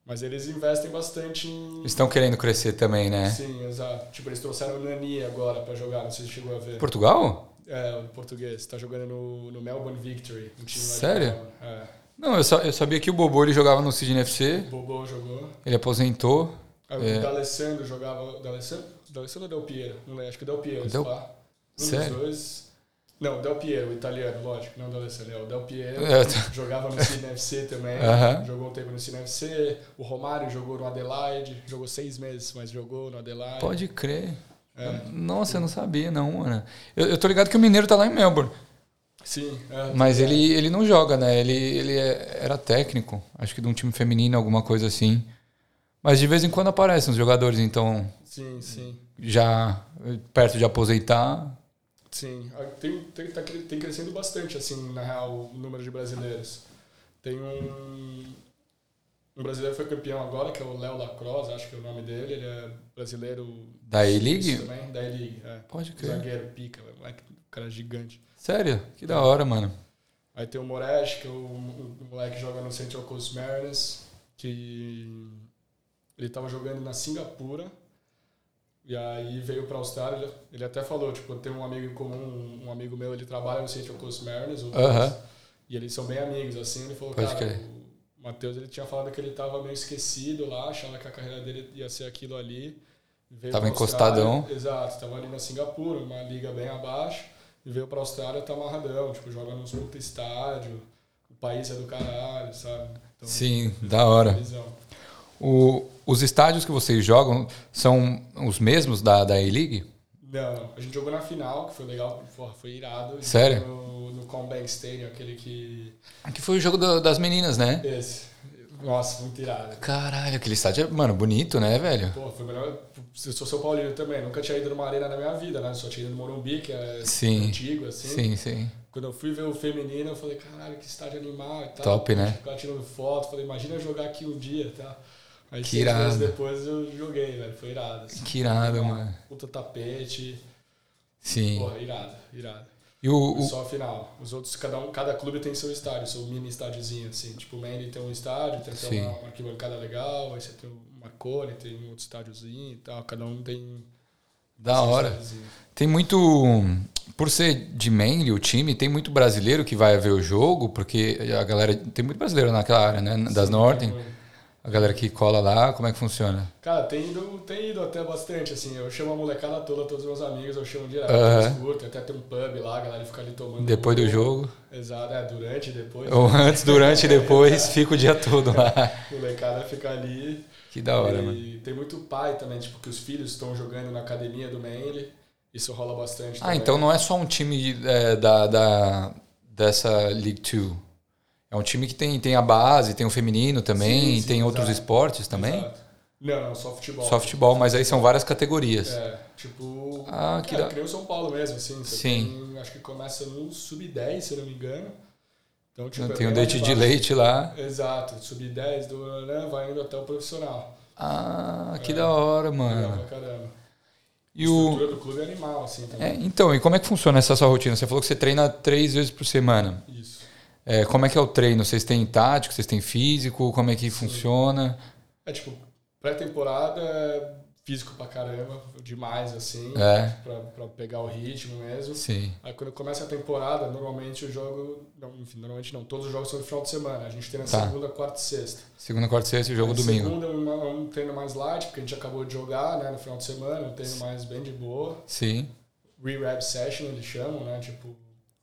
S1: Mas eles investem bastante em.
S2: Eles estão querendo crescer também, né?
S1: Sim, exato. Tipo, eles trouxeram o Nani agora pra jogar, não sei se chegou a ver.
S2: Portugal?
S1: É, o português. Tá jogando no, no Melbourne Victory. Um time lá de
S2: Sério?
S1: Melbourne. É.
S2: Não, eu, sa- eu sabia que o Bobo ele jogava no Sydney FC,
S1: O Bobo jogou.
S2: ele aposentou.
S1: Aí
S2: É.
S1: O D'Alessandro jogava... D'Alessandro? D'Alessandro ou Del Piero? Não lembro. Acho que Del Piero.
S2: Del-
S1: Spa. Um
S2: Sério?
S1: dos dois... Não, Del Piero, o italiano, lógico. Não D'Alessandro. É o Del Piero.
S2: É, tá.
S1: Jogava no Sydney FC também.
S2: Aham.
S1: Jogou um tempo no Sydney FC. O Romário jogou no Adelaide. Jogou seis meses, mas jogou no Adelaide.
S2: Pode crer.
S1: É.
S2: Nossa, eu não sabia, não, mano. Eu, eu tô ligado que o Mineiro tá lá em Melbourne.
S1: Sim. é.
S2: Mas ele, ele não joga, né? Ele, ele é- era técnico, acho que de um time feminino, alguma coisa assim. Mas de vez em quando aparecem os jogadores, então,
S1: Sim, sim.
S2: já eh, perto de aposentar.
S1: Sim, a- tem, tem, tá, cre- tem crescendo bastante, assim, na real, o número de brasileiros. Tem um. Um brasileiro foi campeão agora, que é o Léo Lacroix, acho que é o nome dele. Ele é brasileiro.
S2: Da E-League?
S1: suíço Também, da E-League, é.
S2: Pode crer.
S1: Zagueiro, pica, velho, moleque, cara gigante.
S2: Sério? Que da hora, mano.
S1: Aí tem o Moresh, que é o, o o moleque que joga no Central Coast Mariners, que ele tava jogando na Singapura. E aí veio pra Austrália, ele até falou, tipo, tem um amigo em comum, um amigo meu, ele trabalha no Central Coast Mariners, o
S2: Aham.
S1: e eles são bem amigos, assim, ele falou,
S2: Pode
S1: cara,
S2: crer.
S1: o Matheus, ele tinha falado que ele tava meio esquecido lá, achava que a carreira dele ia ser aquilo ali. Veio
S2: Tava
S1: pra Austrália,
S2: encostadão.
S1: Exato, tava ali na Singapura, uma liga bem abaixo, e veio pra Austrália, tá amarradão, tipo, joga nos puta estádio, o país é do caralho, sabe? Então,
S2: Sim, da hora.
S1: visão.
S2: O- os estádios que vocês jogam são os mesmos da, da E-League?
S1: Não, a gente jogou na final, que foi legal, porra, foi irado. A gente
S2: Sério?
S1: jogou No, no Combank Stadium, aquele que...
S2: Que foi o jogo da- das meninas, né?
S1: Esse. Nossa, muito irado.
S2: Caralho, aquele estádio é, mano, bonito, né, velho?
S1: Pô, foi melhor. Eu sou São Paulino também, nunca tinha ido numa arena na minha vida, né? Só tinha ido no Morumbi, que é
S2: Sim.
S1: antigo, assim.
S2: Sim, sim.
S1: Quando eu fui ver o feminino, eu falei, caralho, que estádio animal e tal.
S2: Top, né?
S1: Ficava tirando foto, falei, imagina eu jogar aqui um dia, tá? Aí
S2: Que
S1: seis
S2: irado.
S1: meses depois eu joguei, velho. Foi irado. Assim.
S2: Que irado, mano.
S1: Puta tapete.
S2: Sim.
S1: Porra, irado, irado.
S2: E o,
S1: Foi
S2: o-
S1: Só a final. Os outros, cada um, cada clube tem seu estádio, seu mini estádiozinho, assim. Tipo, o Manly tem um estádio, tem até
S2: Sim.
S1: uma arquibancada legal, aí você tem uma cone, tem um outro estádiozinho e tal. Cada um tem
S2: da hora. Tem muito. Por ser de Manly, o time, tem muito brasileiro que vai ver o jogo, porque a galera. Tem muito brasileiro naquela área, né? Das Norten. A galera que cola lá, como é que funciona?
S1: Cara, tem ido, tem ido até bastante, assim. Eu chamo a molecada toda, todos os meus amigos, eu chamo direto,
S2: Aham.
S1: eles curtem, até tem um pub lá, a galera fica ali tomando. um-
S2: Depois do jogo. Uhum.
S1: Exato, é, durante e depois.
S2: Ou antes, durante e depois, fica o dia todo lá.
S1: A molecada fica ali.
S2: Que da hora,
S1: e
S2: mano.
S1: tem muito pai também, tipo, que os filhos estão jogando na academia do Manly. Isso rola bastante
S2: Ah,
S1: também.
S2: então não é só um time é, da, da- dessa League 2. É um time que tem, tem a base, tem o feminino também,
S1: Sim, sim,
S2: tem outros
S1: exato.
S2: esportes também.
S1: Exato. Não, não, só futebol.
S2: Só futebol, mas aí são várias categorias.
S1: É, tipo.
S2: Ah, que
S1: é,
S2: da-
S1: que nem o São Paulo mesmo, assim. você
S2: Sim.
S1: tem- acho que começa no sub-10, se eu não me engano. Então, tipo, é
S2: Tem o
S1: bem lá
S2: date de
S1: baixo.
S2: leite lá.
S1: Exato, sub-10 do né, vai indo até o profissional.
S2: Ah, que da hora,
S1: Legal
S2: mano.
S1: pra caramba.
S2: E
S1: A
S2: o.
S1: É. estrutura do clube é animal, assim, também.
S2: É, então, e como é que funciona essa sua rotina? Você falou que você treina três vezes por semana.
S1: Isso.
S2: É, como é que é o treino? Vocês têm tático, vocês têm físico? Como é que funciona?
S1: É tipo, pré-temporada, é físico pra caramba, demais assim,
S2: É.
S1: pra, pra pegar o ritmo mesmo.
S2: Sim.
S1: Aí quando começa a temporada, normalmente o jogo. Não, enfim, normalmente não, todos os jogos são no final de semana. A gente treina
S2: Tá.
S1: segunda, quarta e sexta.
S2: Segunda, quarta, sexta e jogo
S1: Aí
S2: domingo.
S1: Segunda é uma- é um treino mais light, porque a gente acabou de jogar né, no final de semana, um treino mais bem de boa.
S2: Sim.
S1: Re-rap session, eles chamam, né? Tipo,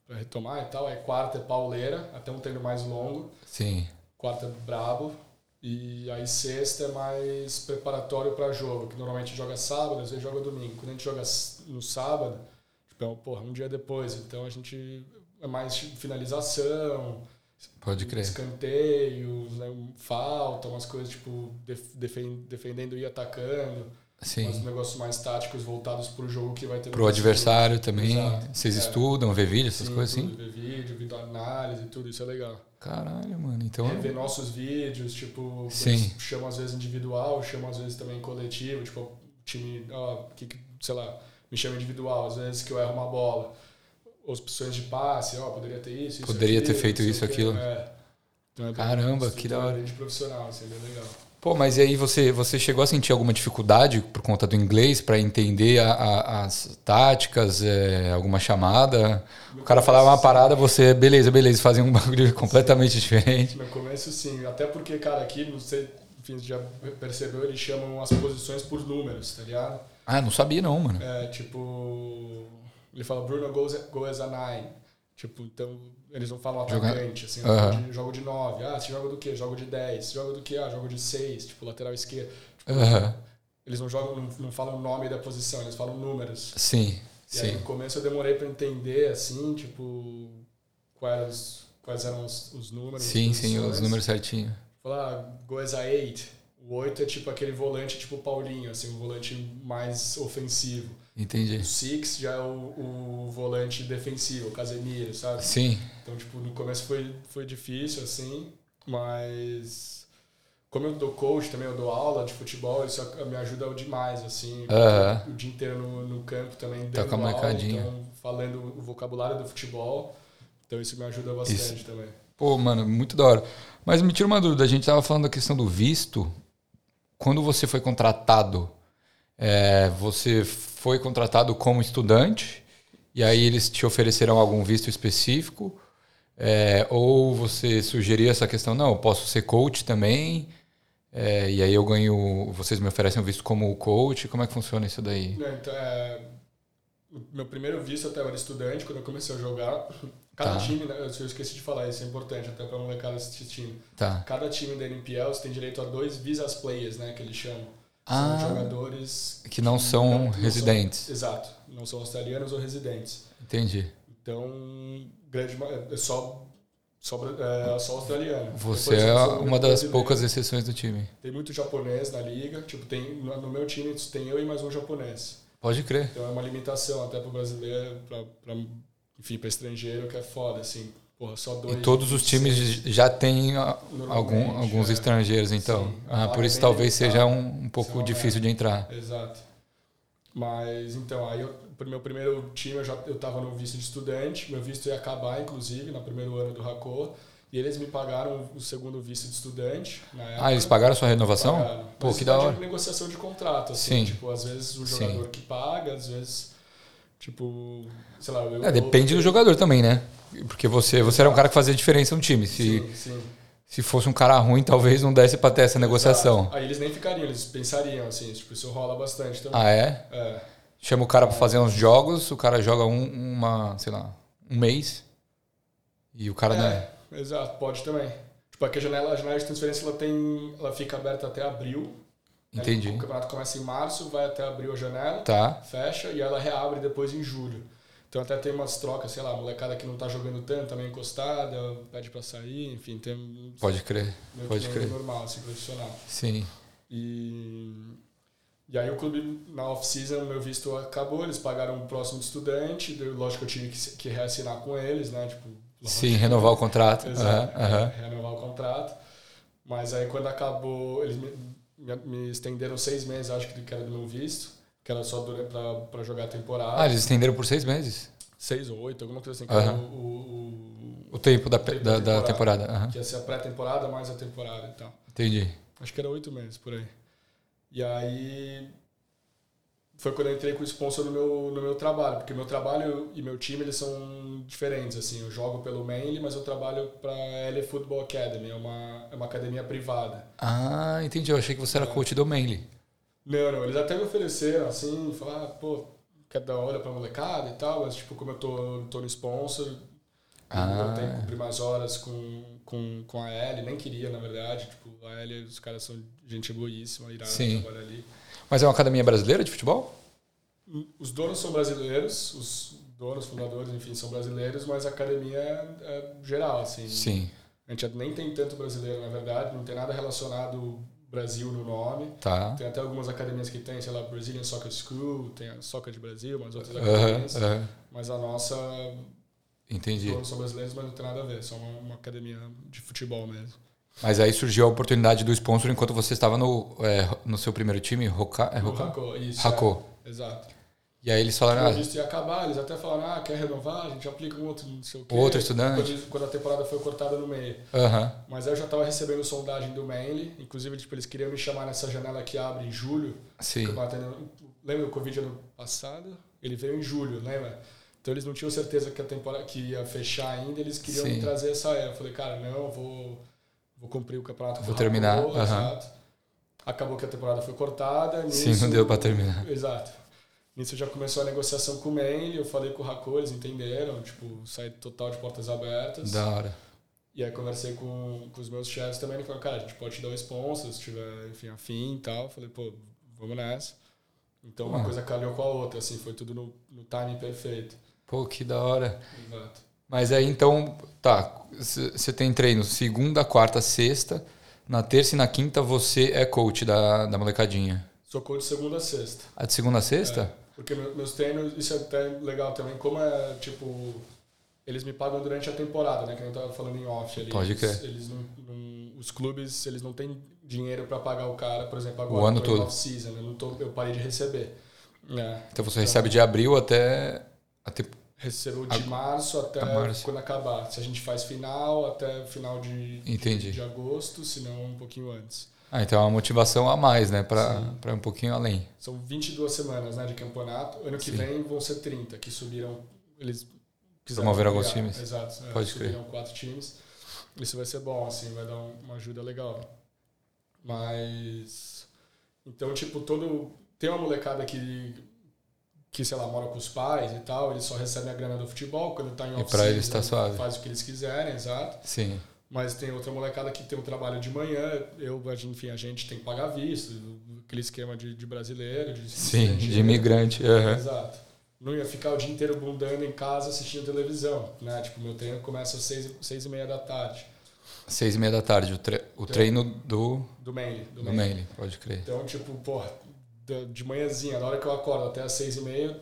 S1: pra retomar e tal. Aí quarta é pauleira, até um treino mais longo.
S2: Sim.
S1: Quarta é brabo. E aí sexta é mais preparatório pra jogo, que normalmente joga sábado, às vezes joga domingo. Quando a gente joga s- no sábado, tipo, é um, porra, um dia depois. Então a gente é mais tipo, finalização,
S2: Pode crer.
S1: escanteios, né, falta, umas coisas tipo def- defen- defendendo e atacando. Uns
S2: Sim.
S1: negócios mais táticos voltados pro jogo que vai ter no
S2: Pro
S1: dia seguinte.
S2: adversário também.
S1: Exato.
S2: Vocês
S1: É.
S2: estudam, vê vídeo, essas
S1: Sim,
S2: coisas
S1: tudo,
S2: assim?
S1: Ver vídeo, vídeo análise, tudo isso é legal.
S2: Caralho, mano. Então.
S1: É, ver nossos vídeos, tipo,
S2: Sim.
S1: eles chamam às vezes individual, chamam às vezes também coletivo, tipo, o time, ó, que, que- sei lá, me chama individual, às vezes que eu erro uma bola. As opções de passe, ó, poderia ter isso, isso,
S2: Poderia ter
S1: aquilo,
S2: feito
S1: não
S2: isso,
S1: sei o quê.
S2: aquilo.
S1: É. Então, é bem
S2: Caramba, que da hora.
S1: De profissional, isso é bem legal.
S2: Pô, mas e aí você, você chegou a sentir alguma dificuldade por conta do inglês para entender a- a- as táticas, é, alguma chamada? O cara falava uma parada, você, beleza, beleza, fazia um bagulho completamente diferente.
S1: No começo, sim. Até porque, cara, aqui, não sei, enfim, já percebeu, eles chamam as posições por números, tá ligado?
S2: Ah, não sabia não, mano.
S1: É, tipo, ele fala Bruno goes, goes a nine. é Tipo, então eles não falam
S2: Joga-
S1: atacante, assim,
S2: Aham.
S1: jogo de- jogo de 9. Ah, você joga do quê? Jogo de 10. Você joga do quê? Ah, jogo de 6, tipo, lateral esquerdo.
S2: Aham,
S1: Eles não jogam, não, não falam o nome da posição, eles falam números.
S2: Sim,
S1: E aí
S2: sim.
S1: no começo eu demorei pra entender, assim, tipo, quais, quais eram os, os números.
S2: Sim,
S1: as
S2: sim, os
S1: posições.
S2: números certinho.
S1: Falar, "Ah, goes a 8. O 8 é tipo aquele volante tipo Paulinho, assim, um volante mais ofensivo.
S2: Entendi.
S1: O Six já é o, o volante defensivo, o Casemiro, sabe?
S2: Sim,
S1: Então, tipo, no começo foi, foi difícil, assim, mas como eu dou coach também, eu dou aula de futebol, isso ac- me ajuda demais, assim.
S2: Aham.
S1: O dia inteiro no, no campo também,
S2: É. Tá
S1: dando
S2: com a
S1: aula,
S2: molecadinha.
S1: então, falando o vocabulário do futebol. Então isso me ajuda bastante também.
S2: Pô, mano, muito da hora. Mas me tira uma dúvida, a gente tava falando da questão do visto. Quando você foi contratado, é, você foi contratado como estudante e aí eles te ofereceram algum visto específico? É, ou você sugeria essa questão, não, eu posso ser coach também, é, e aí eu ganho, vocês me oferecem um visto como coach, como é que funciona isso daí?
S1: Não, então, é, o meu primeiro visto até eu era estudante, quando eu comecei a jogar. Cada
S2: Tá.
S1: time, né, eu esqueci de falar, isso é importante até pra molecada assistindo.
S2: Tá.
S1: Cada time da NPL você tem direito a dois visas players, né, que eles chamam.
S2: Ah.
S1: São jogadores,
S2: Que não são
S1: Não, não são.
S2: residentes.
S1: exato, não são australianos ou residentes.
S2: Entendi.
S1: Então, grande ma- é só só, bra- é, só australiano.
S2: Você
S1: Depois,
S2: é
S1: eu sou
S2: uma das
S1: brasileiro.
S2: poucas exceções do time.
S1: Tem muito japonês na liga, tipo, tem no no meu time tem eu e mais um japonês.
S2: Pode crer.
S1: Então é uma limitação até pro brasileiro, pra, pra, enfim, pra estrangeiro, que é foda, assim. Porra, só
S2: E
S1: dois.
S2: todos os times já têm ah,
S1: Normalmente,
S2: algum, alguns
S1: é.
S2: estrangeiros, então.
S1: Sim.
S2: Ah,
S1: A
S2: por
S1: vaga
S2: isso
S1: é
S2: talvez
S1: limitada.
S2: seja um, um
S1: Isso é
S2: pouco
S1: uma
S2: difícil de entrar.
S1: Exato. Mas, então, aí eu, pro meu primeiro time eu já eu tava no visto de estudante, meu visto ia acabar, inclusive, no primeiro ano do Hakô, e eles me pagaram o segundo visto de estudante, na época.
S2: Ah, eles pagaram a sua renovação?
S1: Pagaram.
S2: Pô,
S1: Mas
S2: que
S1: isso
S2: da
S1: vai de
S2: hora.
S1: negociação de contrato, assim.
S2: Sim.
S1: Tipo, às vezes o
S2: Sim.
S1: jogador que paga, às vezes, tipo, sei lá... Eu,
S2: É, depende do jogador também, né? Porque você, você era um cara que fazia diferença no time. Se,
S1: Sim, sim.
S2: se fosse um cara ruim, talvez não desse pra ter essa negociação.
S1: Exato. Aí eles nem ficariam, eles pensariam, assim, tipo, isso rola bastante também.
S2: Ah, é?
S1: É,
S2: Chama o cara pra fazer uns jogos, o cara joga um, uma, sei lá, um mês. E o cara, né?
S1: é, exato, pode também. Tipo, aqui a janela, a janela de transferência ela tem. Ela fica aberta até abril. né?
S2: Entendi.
S1: O campeonato começa em março, vai até abril a janela,
S2: Tá.
S1: fecha e ela reabre depois em julho. Então até tem umas trocas, sei lá, a molecada que não tá jogando tanto, tá meio encostada, pede pra sair, enfim, tem um-
S2: Pode crer.
S1: meio que
S2: Pode
S1: nem
S2: crer.
S1: normal, assim, profissional.
S2: Sim.
S1: E, e aí o clube, na off-season, meu visto acabou, eles pagaram o próximo estudante, daí, lógico que eu tive que, se- que reassinar com eles, né? Tipo, lógico.
S2: Sim, renovar o contrato.
S1: Exato,
S2: Aham, aham.
S1: renovar o contrato. Mas aí quando acabou, eles me, me, me estenderam seis meses, acho que que era do meu visto, que era só dura- pra, pra jogar a temporada.
S2: Ah, eles estenderam por seis meses?
S1: Seis ou oito, alguma coisa assim. que
S2: Ah, Aham.
S1: era o, o,
S2: O tempo da,
S1: o tempo
S2: da, da
S1: da
S2: temporada. aham.
S1: Que ia ser a pré-temporada mais a temporada então. e tal.
S2: Entendi.
S1: Acho que era oito meses por aí. E aí. Foi quando eu entrei com o sponsor no meu, no meu trabalho, porque meu trabalho e meu time eles são diferentes. assim Eu jogo pelo Manly, mas eu trabalho para a LA Football Academy, é uma, é uma academia privada.
S2: Ah, entendi. Eu achei que você era coach do Manly.
S1: Não, não, eles até me ofereceram assim, falar, pô, quer dar hora pra molecada e tal, mas tipo, como eu tô, tô no sponsor,
S2: Ah.
S1: não tem que cumprir mais horas com, com, com a Ellie, nem queria, na verdade, tipo, a Ellie, os caras são gente boíssima, irada,
S2: Sim.
S1: trabalha ali.
S2: Mas é uma academia brasileira de futebol?
S1: Os donos são brasileiros, os donos, fundadores, enfim, são brasileiros, mas a academia é, é geral, assim.
S2: Sim.
S1: A gente nem tem tanto brasileiro, na verdade, não tem nada relacionado Brasil no nome.
S2: Tá.
S1: Tem até algumas academias que tem, sei lá, Brazilian Soccer School, tem a Soccer de Brasil, mas outras
S2: Aham,
S1: academias.
S2: aham.
S1: Mas a nossa,
S2: Entendi.
S1: todos são brasileiros, mas não tem nada a ver, só uma, uma academia de futebol mesmo.
S2: Mas aí surgiu a oportunidade do sponsor enquanto você estava no, é, no seu primeiro time, Hoka, é
S1: O
S2: Hoka?
S1: Hakô, isso.
S2: Hakô.
S1: é, exato.
S2: E aí eles falaram,
S1: Quando
S2: ah,
S1: isso ia acabar, eles até falaram, ah, quer renovar, a gente aplica um outro, não sei o quê.
S2: ah, Outro estudante.
S1: Quando, quando a temporada foi cortada no meio.
S2: aham,
S1: Mas aí eu já estava recebendo sondagem do Manly, inclusive tipo, eles queriam me chamar nessa janela que abre em julho,
S2: sim.
S1: Acabou atendendo- Lembra o Covid ano passado? Ele veio em julho, lembra? Então eles não tinham certeza que a temporada que ia fechar ainda, eles queriam
S2: Sim.
S1: me trazer essa era. Eu falei, cara, não, eu vou, vou cumprir o campeonato.
S2: Vou terminar,
S1: Acabou,
S2: aham.
S1: exato. Acabou que a temporada foi cortada.
S2: Sim,
S1: nisso-
S2: não deu pra terminar.
S1: Exato. Nisso já começou a negociação com o Manly, eu falei com o Racô, eles entenderam, tipo, saí total de portas abertas.
S2: Da hora.
S1: E aí conversei com, com os meus chefes também, ele falou, cara, a gente pode te dar um sponsor, se tiver, enfim, afim e tal. Eu Falei, pô, vamos nessa. Então uma
S2: Ah.
S1: coisa calhou com a outra, assim, foi tudo no, no timing perfeito.
S2: Pô, que da hora.
S1: Exato.
S2: Mas aí então, tá, c- você tem treino segunda, quarta, sexta. Na terça e na quinta você é coach da, da molecadinha.
S1: Sou coach segunda a sexta. É,
S2: A Ah, de segunda a sexta?
S1: Porque meu- meus treinos, isso é até legal também, como é, tipo, eles me pagam durante a temporada, né, que eu tava falando em off ali.
S2: Pode
S1: eles,
S2: crer.
S1: eles não, não- Os clubes, eles não têm dinheiro para pagar o cara, por exemplo,
S2: O
S1: agora,
S2: ano
S1: eu tô em
S2: todo.
S1: off-season, né, eu, não tô- eu parei de receber. É.
S2: Então você recebe de abril até, até
S1: Recebeu de março até
S2: a março.
S1: quando acabar. Se a gente faz final, até final de,
S2: Entendi.
S1: de agosto, se não um pouquinho antes.
S2: Ah, então é uma motivação a mais, né? Pra, pra ir um pouquinho além.
S1: São 22 semanas né, de campeonato. Ano que
S2: Sim.
S1: vem vão ser 30, que subiram. Eles quiseram
S2: Promoveram alguns
S1: ampliar.
S2: times.
S1: Exato. né,
S2: Pode
S1: subiram quatro times. Isso vai ser bom, assim, vai dar um- uma ajuda legal. Mas. Então, tipo, todo. Tem uma molecada que. Que, sei lá, mora com os pais e tal, eles só recebem a grana do futebol quando tá em
S2: pra
S1: oficina,
S2: eles tá suave.
S1: Faz o que eles quiserem, exato.
S2: Sim.
S1: Mas tem outra molecada que tem um trabalho de manhã, eu, a gente- enfim, a gente tem que pagar visto, aquele esquema de, de brasileiro, de
S2: Sim, de
S1: estrangeiro.
S2: imigrante. aham.
S1: Exato. Não ia ficar o dia inteiro bundando em casa assistindo televisão, né? Tipo, meu treino começa às seis, seis e meia da tarde,
S2: Seis e meia da tarde, o, tre- o treino do,
S1: do Manly. É. Do
S2: do
S1: Manly.
S2: Manly, pode crer.
S1: Então, tipo, porra, da- de manhãzinha, na hora que eu acordo até às seis e meia, eu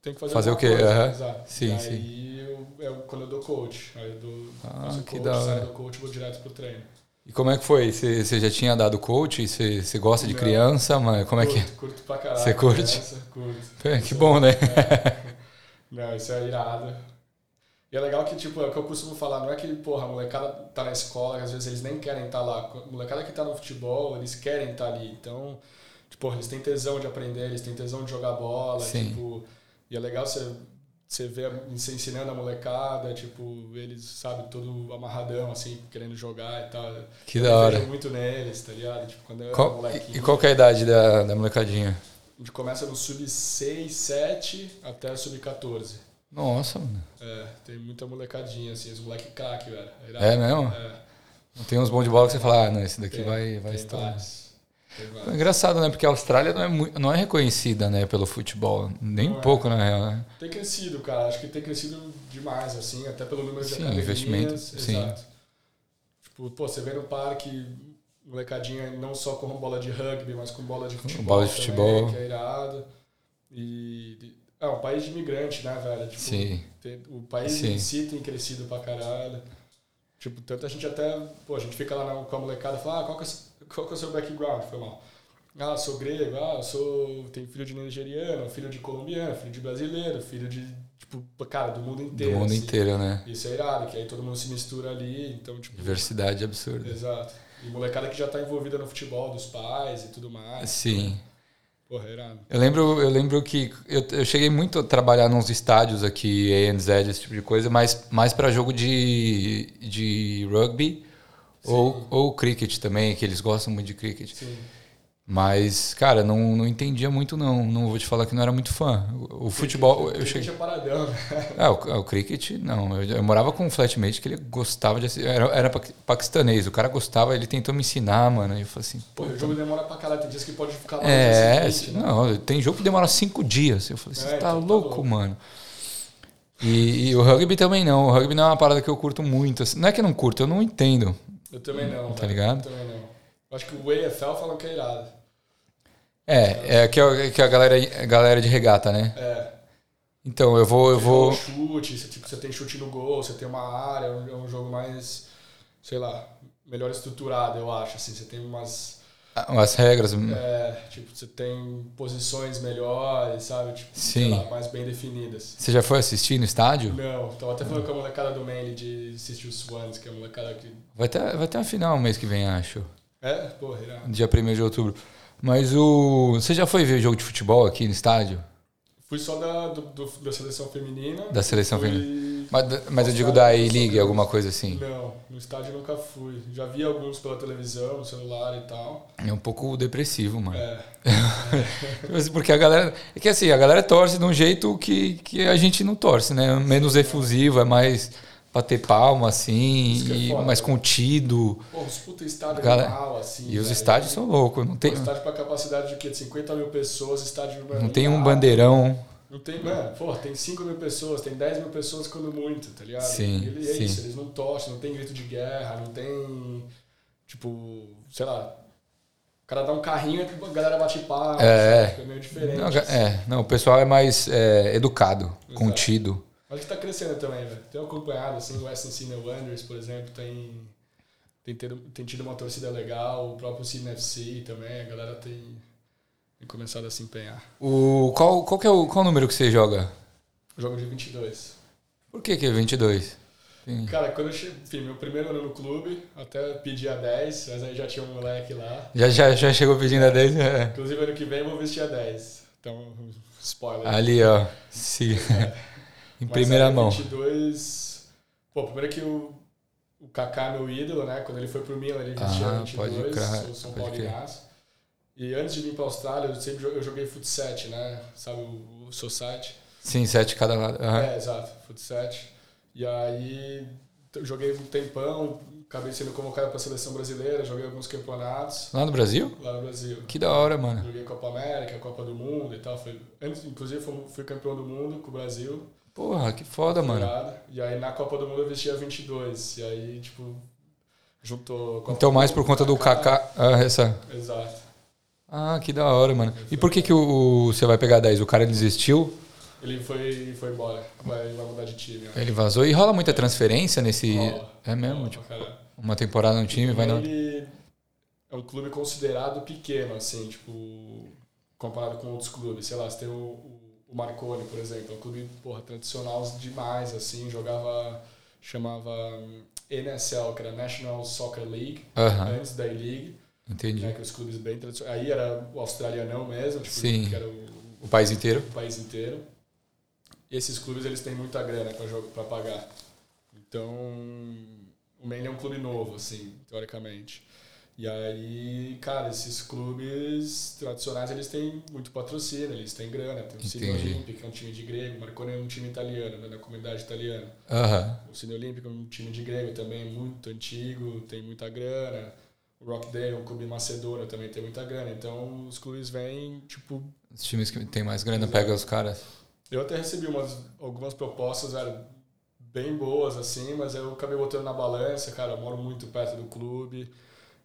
S1: tenho que fazer
S2: Fazer o
S1: alguma
S2: quê?
S1: coisa,
S2: Aham.
S1: Exato.
S2: Sim,
S1: e aí
S2: sim.
S1: Eu, eu- quando eu dou coach, aí eu dou,
S2: Ah,
S1: faço
S2: que
S1: coach,
S2: da hora.
S1: saio do coach e vou direto pro treino.
S2: E como é que foi? Você você já tinha dado coach? Você você gosta de
S1: Não.
S2: criança? Mas como é que
S1: curto, Curto pra caralho.
S2: Você curte?
S1: criança, curto. é.
S2: é? Que bom, né?
S1: Não, isso é irado. E é legal que, tipo, é o que eu costumo falar, não é que, porra, a molecada tá na escola, que às vezes eles nem querem estar lá. A molecada que tá no futebol, eles querem estar ali. Então, tipo, porra, eles têm tesão de aprender, eles têm tesão de jogar bola,
S2: Sim.
S1: tipo... E é legal você, você ver você ensinando a molecada, tipo, eles, sabe, todo amarradão, assim, querendo jogar e tal.
S2: Que
S1: Eu
S2: da
S1: vejo
S2: hora.
S1: muito neles, tá ligado? Tipo, quando eu era
S2: Qual-
S1: molequinho...
S2: e qual que é a idade da, da molecadinha?
S1: A gente começa no sub 6, 7 até sub 14.
S2: Nossa, mano.
S1: É, tem muita molecadinha, assim, os moleque craque, velho. irado.
S2: É mesmo?
S1: É,
S2: Não tem uns bons de bola que você fala, ah, não, esse daqui
S1: Tem,
S2: vai, vai
S1: tem
S2: estourar.
S1: vários. Tem
S2: É
S1: vários.
S2: engraçado, né? Porque a Austrália não é, mui- não é reconhecida né, pelo futebol. Nem
S1: Não
S2: um
S1: é.
S2: pouco, na real, né?
S1: Tem crescido, cara. Acho que tem crescido demais, assim, até pelo número de
S2: Sim,
S1: academias,
S2: investimento, sim.
S1: Exato. Tipo, pô, você vê no parque, molecadinha não só com bola de rugby, mas com bola de futebol.
S2: bola de futebol.
S1: Também, que é irado. E. É um país de imigrante, né, velho? Tipo,
S2: Sim.
S1: Tem- O país
S2: Sim.
S1: em si tem crescido pra caralho. Tipo, tanto a gente até. Pô, a gente fica lá na, com a molecada e fala, ah, qual que, é, o seu- qual que é o seu background? Foi mal. Ah, sou grego, ah, sou. Tenho filho de nigeriano, filho de colombiano, filho de brasileiro, filho de. Tipo, cara, do mundo
S2: Do
S1: inteiro.
S2: mundo
S1: assim.
S2: inteiro, né?
S1: Isso é irado, que aí todo mundo se mistura ali, então, tipo.
S2: Diversidade absurda.
S1: Exato. E molecada que já tá envolvida no futebol dos pais e tudo mais.
S2: Sim.
S1: Porra, é irado.
S2: Eu lembro, eu lembro que eu, eu cheguei muito a trabalhar nos estádios aqui, ANZ, esse tipo de coisa, mas mais para jogo de, de rugby ou, ou cricket também, que eles gostam muito de cricket.
S1: Sim.
S2: Mas, cara, não, não entendia muito, não. Não vou te falar que não era muito fã. O, o futebol, eu
S1: Tem
S2: cheguei.
S1: gente é paradão, né?
S2: Ah, o, o cricket, não. Eu, eu morava com um flatmate que ele gostava de assistir. Era, era paqui- paquistanês, o cara gostava, ele tentou me ensinar, mano. E eu falei assim,
S1: Pô, o jogo demora pra caralho, tem dias que pode ficar lá no
S2: é,
S1: dia seguinte, né?
S2: não, tem jogo que demora cinco dias. Eu falei,
S1: É,
S2: você tá
S1: então tá
S2: louco,
S1: louco."
S2: mano. E, e o rugby também não. O rugby não é uma parada que eu curto muito. assim. Não é que eu não curto, eu não entendo.
S1: Eu também não.
S2: Tá
S1: velho,
S2: ligado?
S1: Eu também não. Eu acho que o EFL falam que é irado.
S2: É, é que, é que a, galera, a galera de regata, né?
S1: É.
S2: Então, eu vou. Eu
S1: Um
S2: vou
S1: chute, você, tipo, você tem chute no gol, você tem uma área, é um é um jogo mais, sei lá, melhor estruturado, eu acho. Assim, você tem umas.
S2: as regras.
S1: É, tipo, você tem posições melhores, sabe? Tipo, sei
S2: Sim.
S1: lá, mais bem definidas.
S2: Você já foi assistir no estádio?
S1: Não, tava até falando com a molecada do Manly de assistir os Swans, que é a molecada que.
S2: Vai ter, vai ter uma final mês que vem, acho.
S1: É, porra, irado.
S2: Dia 1 de outubro. Mas o. Você já foi ver jogo de futebol aqui no estádio?
S1: Fui só da, do- do- da seleção feminina.
S2: Da seleção
S1: Fui-
S2: feminina? Mas, mas eu digo da A-League, alguma coisa assim.
S1: Não, no estádio eu nunca fui. Já vi alguns pela televisão, no celular e tal.
S2: É um pouco depressivo, mano.
S1: É,
S2: Porque a galera. É que assim, a galera torce de um jeito que, que a gente não torce, né? Menos efusivo, é mais bater palma, assim,
S1: Isso que é
S2: e
S1: foda.
S2: mais contido.
S1: pô, os puta estádio
S2: Galera-
S1: animal, assim.
S2: E os
S1: velho.
S2: estádios são loucos, não tem,
S1: Pô, estádio pra capacidade de quê? De 50 mil pessoas, estádio...
S2: não tem um
S1: irado.
S2: bandeirão.
S1: Não tem, mano. Pô, tem 5 mil pessoas, tem 10 mil pessoas quando muito, tá ligado?
S2: Sim,
S1: E ele- é
S2: sim.
S1: isso, eles não torcem, não tem grito de guerra, não tem. Tipo, sei lá. O cara dá um carrinho e a galera bate palma.
S2: É.
S1: assim, fica meio diferente.
S2: Não, é, não, o pessoal é mais é, educado, contido.
S1: Mas que tá crescendo também, velho. Tem acompanhado, assim, o Western Sydney Wanderers, por exemplo, tem. Tem, tido, tem tido uma torcida legal, o próprio Sydney FC também, a galera tem, tem começado a se empenhar.
S2: O, qual qual que é o qual número que você joga?
S1: Jogo de 22.
S2: Por que, que é 22? Tem-
S1: Cara, quando eu cheguei, enfim, meu primeiro ano no clube, até pedi a 10, mas aí já tinha um moleque lá.
S2: Já, já, já chegou pedindo a 10? É.
S1: Inclusive, ano que vem eu vou vestir a 10. Então, spoiler.
S2: Ali, ó. Se, em
S1: Mas é
S2: primeira
S1: aí,
S2: mão.
S1: 22. Pô, primeiro que o, o Kaká é meu ídolo, né? Quando ele foi pro Milan, ele vestia
S2: Ah,
S1: 22,
S2: pode crer,
S1: sou São Paulo
S2: pode crer.
S1: E antes de vir pra Austrália, eu sempre jo- eu joguei futsal, né? Sabe, o, o Society.
S2: Sim, sete cada lado. Aham.
S1: É, exato, futsal. E aí t- joguei um tempão, acabei sendo convocado para a seleção brasileira, joguei alguns campeonatos
S2: Lá no Brasil?
S1: lá no Brasil.
S2: Que da hora, mano.
S1: Joguei Copa América, Copa do Mundo e tal. Foi, antes, inclusive fui, fui campeão do mundo com o Brasil.
S2: Porra, que foda, mano.
S1: Irado. E aí na Copa do Mundo eu vestia 22. E aí, tipo, juntou. Copa
S2: Então
S1: do
S2: mais
S1: Mundo,
S2: por conta do Kaká. Ah, essa.
S1: Exato.
S2: Ah, que da hora, mano. E por que que o, o- você vai pegar 10? O cara desistiu,
S1: Ele foi, foi embora. Vai, vai mudar de time. Né?
S2: ele vazou. E rola muita transferência nesse.
S1: Rola.
S2: É mesmo?
S1: Pra
S2: Tipo,
S1: caralho.
S2: uma temporada no time vai na.
S1: Ele é um clube considerado pequeno, assim, tipo, comparado com outros clubes. Sei lá, você tem o, o- o Marconi, por exemplo, é um clube, porra, tradicional demais, assim, jogava, chamava hum, NSL, que era National Soccer League,
S2: Aham,
S1: antes da E-League, né,
S2: entendi.
S1: que os clubes bem tradicionais. Aí era o australianão mesmo, tipo,
S2: Sim.
S1: que era o,
S2: O país inteiro?
S1: o país inteiro. E esses clubes eles têm muita grana para pagar. Então, o Mainly é um clube novo, assim, teoricamente. E aí, cara, esses clubes tradicionais, eles têm muito patrocínio, eles têm grana. Tem o Cine
S2: Entendi.
S1: Olímpico, que é um time de grego. Marconi é um time italiano, né, da comunidade italiana.
S2: Aham.
S1: O Cine Olímpico é um time de grego também, muito antigo, tem muita grana. O Rockdale é um clube macedônio, também tem muita grana. Então, os clubes vêm, tipo,
S2: Os times que tem mais grana pegam os caras.
S1: eu até recebi umas, algumas propostas, velho, bem boas, assim, mas eu acabei botando na balança, cara, eu moro muito perto do clube.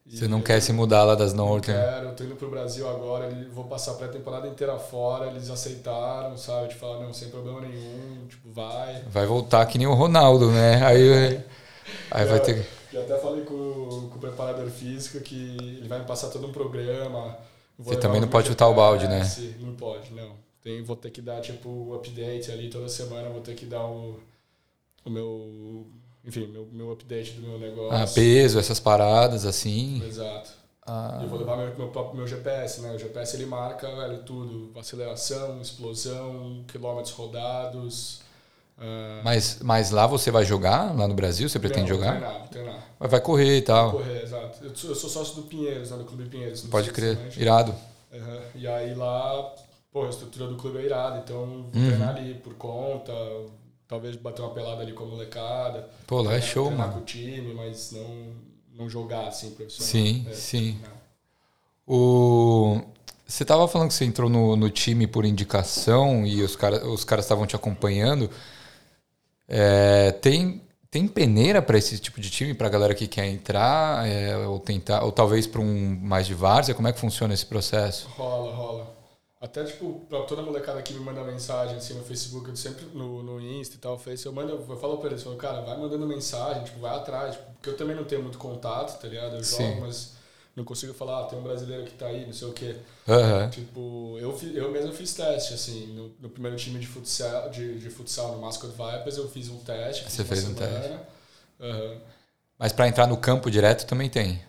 S1: e
S2: Você não
S1: eu
S2: quer se mudar né? lá das Northern.
S1: Quero, eu tô indo pro Brasil agora, ele- vou passar a pré-temporada inteira fora, eles aceitaram, sabe? Tipo, falaram, não, sem problema nenhum, tipo, vai.
S2: Vai voltar que nem o Ronaldo, né? Aí, aí vai ter.
S1: Eu até falei com, o- com o preparador físico que ele vai me passar todo um programa,
S2: Você também não pode chutar o balde, né?
S1: Sim, não pode, não. Tem, vou ter que dar, tipo, o update ali toda semana, vou ter que dar o, o meu. Enfim, meu, meu update do meu negócio.
S2: Ah, peso, essas paradas, assim.
S1: Exato.
S2: Ah,
S1: E eu vou levar meu, meu, próprio- meu GPS, né? O GPS ele marca velho, tudo: aceleração, explosão, quilômetros rodados. ah,
S2: mas, mas lá você vai jogar? Lá no Brasil você pretende
S1: não,
S2: jogar?
S1: Treinar, treinar.
S2: Mas Vai correr e tal.
S1: Correr, exato. Eu sou, eu sou sócio do Pinheiros, né, do Clube Pinheiros. não
S2: Pode
S1: sei se
S2: crer.
S1: você manja.
S2: Irado.
S1: Aham. E aí lá, pô, a estrutura do clube é irada, então vou
S2: Uhum.
S1: treinar ali por conta, talvez bater uma pelada ali com a molecada.
S2: Pô, lá é
S1: treinar-
S2: show,
S1: treinar
S2: mano.
S1: com o time, mas não, não jogar assim profissional.
S2: Sim,
S1: É,
S2: sim.
S1: treinar.
S2: O... Você tava falando que você entrou no, no time por indicação e os, cara, os caras estavam te acompanhando. É, tem, tem peneira para esse tipo de time, para galera que quer entrar é, ou tentar, ou talvez para um mais de várzea? Como é que funciona esse processo?
S1: Rola, rola. Até, tipo, pra toda molecada que me manda mensagem, assim, no Facebook, eu sempre no, no Insta e tal, Face, eu mando, eu falo pra eles, falo, cara, vai mandando mensagem, tipo, vai atrás, tipo, porque eu também não tenho muito contato, tá ligado? Eu jogo,
S2: Sim.
S1: mas não consigo falar, ah, tem um brasileiro que tá aí, não sei o quê.
S2: Aham.
S1: Tipo, eu, fi- eu mesmo fiz teste, assim, no, no primeiro time de futsal, de, de futsal no Mascot Vipers, eu fiz um teste. fiz
S2: Você
S1: uma
S2: fez um
S1: semana.
S2: teste.
S1: Aham.
S2: Mas para entrar no campo direto também tem.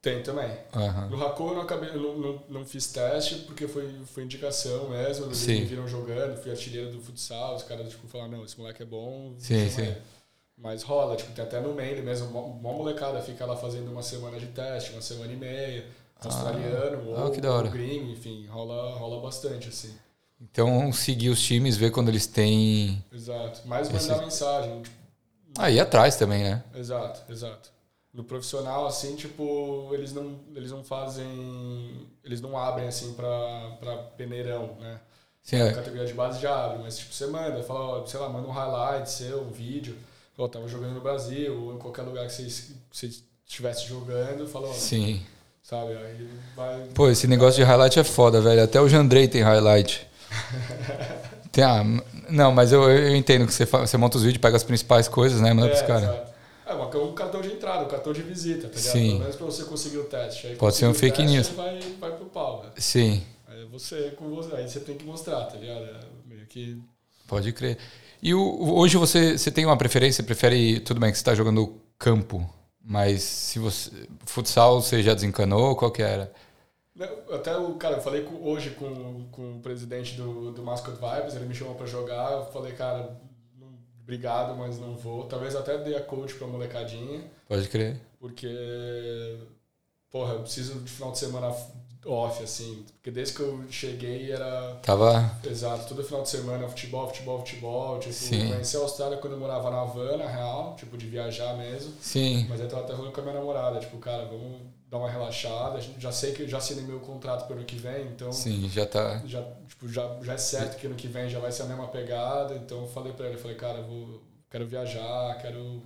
S1: Tem também.
S2: Aham.
S1: No Hakor eu não, acabei, eu não, não, não fiz teste porque foi, foi indicação mesmo. Eles
S2: Sim.
S1: me viram jogando, fui artilheiro do futsal. Os caras tipo, falaram: não, esse moleque é bom.
S2: Sim,
S1: chama
S2: sim.
S1: ele." Mas rola, tipo, tem até no Maine mesmo. Mó, mó molecada fica lá fazendo uma semana de teste, uma semana e meia. Australiano,
S2: Ah,
S1: ou,
S2: que da hora.
S1: ou gringo, enfim, rola, rola bastante assim.
S2: Então seguir os times, ver quando eles têm.
S1: Exato. Mas mandar
S2: Esse-
S1: mensagem. tipo,
S2: Ah, e atrás também, né?
S1: exato, exato. No profissional, assim, tipo, eles não, eles não fazem. Eles não abrem, assim, pra, pra peneirão, né?
S2: Sim,
S1: A
S2: é.
S1: categoria de base já abre, mas, tipo, você manda, fala, ó, sei lá, manda um highlight seu, um vídeo. Ó, tava jogando no Brasil, ou em qualquer lugar que você es- que você estivesse jogando, fala, ó,
S2: Sim.
S1: sabe? Aí vai.
S2: Pô, esse negócio de highlight é foda, velho. Até o Jandrei tem highlight. Tem a- não, mas eu, eu entendo que você, fa- você monta os vídeos, pega as principais coisas, né? Manda pros caras.
S1: exato. É uma- um cartão de entrada, um cartão de visita, tá ligado?
S2: Sim.
S1: Pelo menos pra você conseguir o teste. Aí
S2: Pode ser
S1: conseguiu
S2: um
S1: o
S2: fake
S1: teste,
S2: news.
S1: Vai, vai pro pau, né? velho.
S2: Sim,
S1: Aí é você, com você, aí você tem que mostrar, tá ligado? É meio que.
S2: pode crer. E o- o- hoje você, você tem uma preferência? Você prefere. Tudo bem que você tá jogando campo, mas se você. Futsal você já desencanou? Qual que era?
S1: Né, Até o cara, eu falei com- hoje com, com o presidente do, do Mascot Vibes, ele me chamou pra jogar. Eu falei, cara, não- obrigado, mas não vou. Talvez até dê a coach pra molecadinha,
S2: Pode crer.
S1: porque, porra, eu preciso de final de semana off, assim. Porque desde que eu cheguei era
S2: Tava.
S1: Exato, todo final de semana, é futebol, futebol, futebol. Tipo,
S2: Sim.
S1: conheci a Austrália quando eu morava na Havana, real, tipo, de viajar mesmo.
S2: Sim.
S1: Mas aí tava até falando com a minha namorada, tipo, cara, vamos dar uma relaxada. A gente já sei que eu já assinei meu contrato pro ano que vem, então
S2: Sim, já tá.
S1: já, tipo, já, já é certo que ano que vem já vai ser a mesma pegada. Então eu falei pra ele, eu falei, cara, eu vou, quero viajar, quero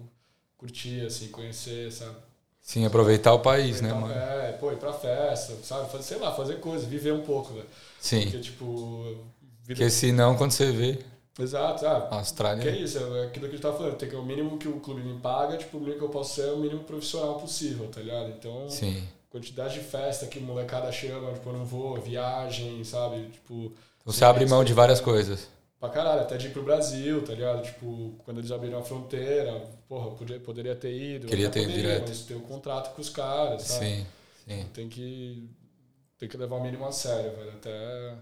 S1: curtir, assim, conhecer, sabe?
S2: Sim, aproveitar o país, né,
S1: Aproveitar-
S2: mano?
S1: É, pô, ir pra festa, sabe? Fazer, sei lá, fazer coisa, viver um pouco, velho.
S2: Sim.
S1: Porque, tipo, vida.
S2: Porque senão, quando você vê,
S1: Exato, ah,
S2: a
S1: Que é
S2: Austrália.
S1: isso, é aquilo que a gente tava falando, tem que o mínimo que o clube me paga, tipo, o mínimo que eu posso ser é o mínimo profissional possível, tá ligado? Então,
S2: Sim.
S1: quantidade de festa que molecada chama, tipo, eu não vou, viagem, sabe? Tipo,
S2: Então você abre mão de várias coisas.
S1: pra caralho, até de ir pro Brasil, tá ligado? Tipo, quando eles abriram a fronteira, porra, podia, poderia ter ido.
S2: Queria
S1: até
S2: ter ido direto.
S1: Mas tem um contrato com os caras, sabe?
S2: Sim, sim.
S1: Tem que, tem que levar o mínimo a sério, velho. Até.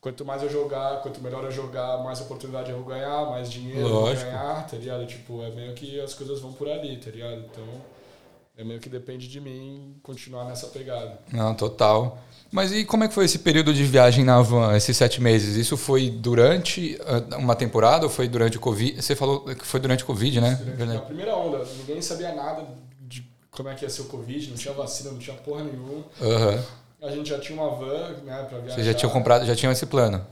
S1: Quanto mais eu jogar, quanto melhor eu jogar, mais oportunidade eu vou ganhar, mais dinheiro
S2: Lógico.
S1: eu vou ganhar, tá ligado? Tipo, é meio que as coisas vão por ali, tá ligado? Então, é meio que depende de mim continuar nessa pegada.
S2: Não, total. Mas e como é que foi esse período de viagem na van, esses sete meses? Isso foi durante ah, uma temporada ou foi durante o Covid? Você falou que foi durante o Covid, né?
S1: Na
S2: Verdade.
S1: primeira onda, ninguém sabia nada de como é que ia ser o Covid, não tinha vacina, não tinha porra nenhuma.
S2: Aham.
S1: A gente já tinha uma van, né, pra viajar.
S2: Você já tinha comprado, já tinha esse plano.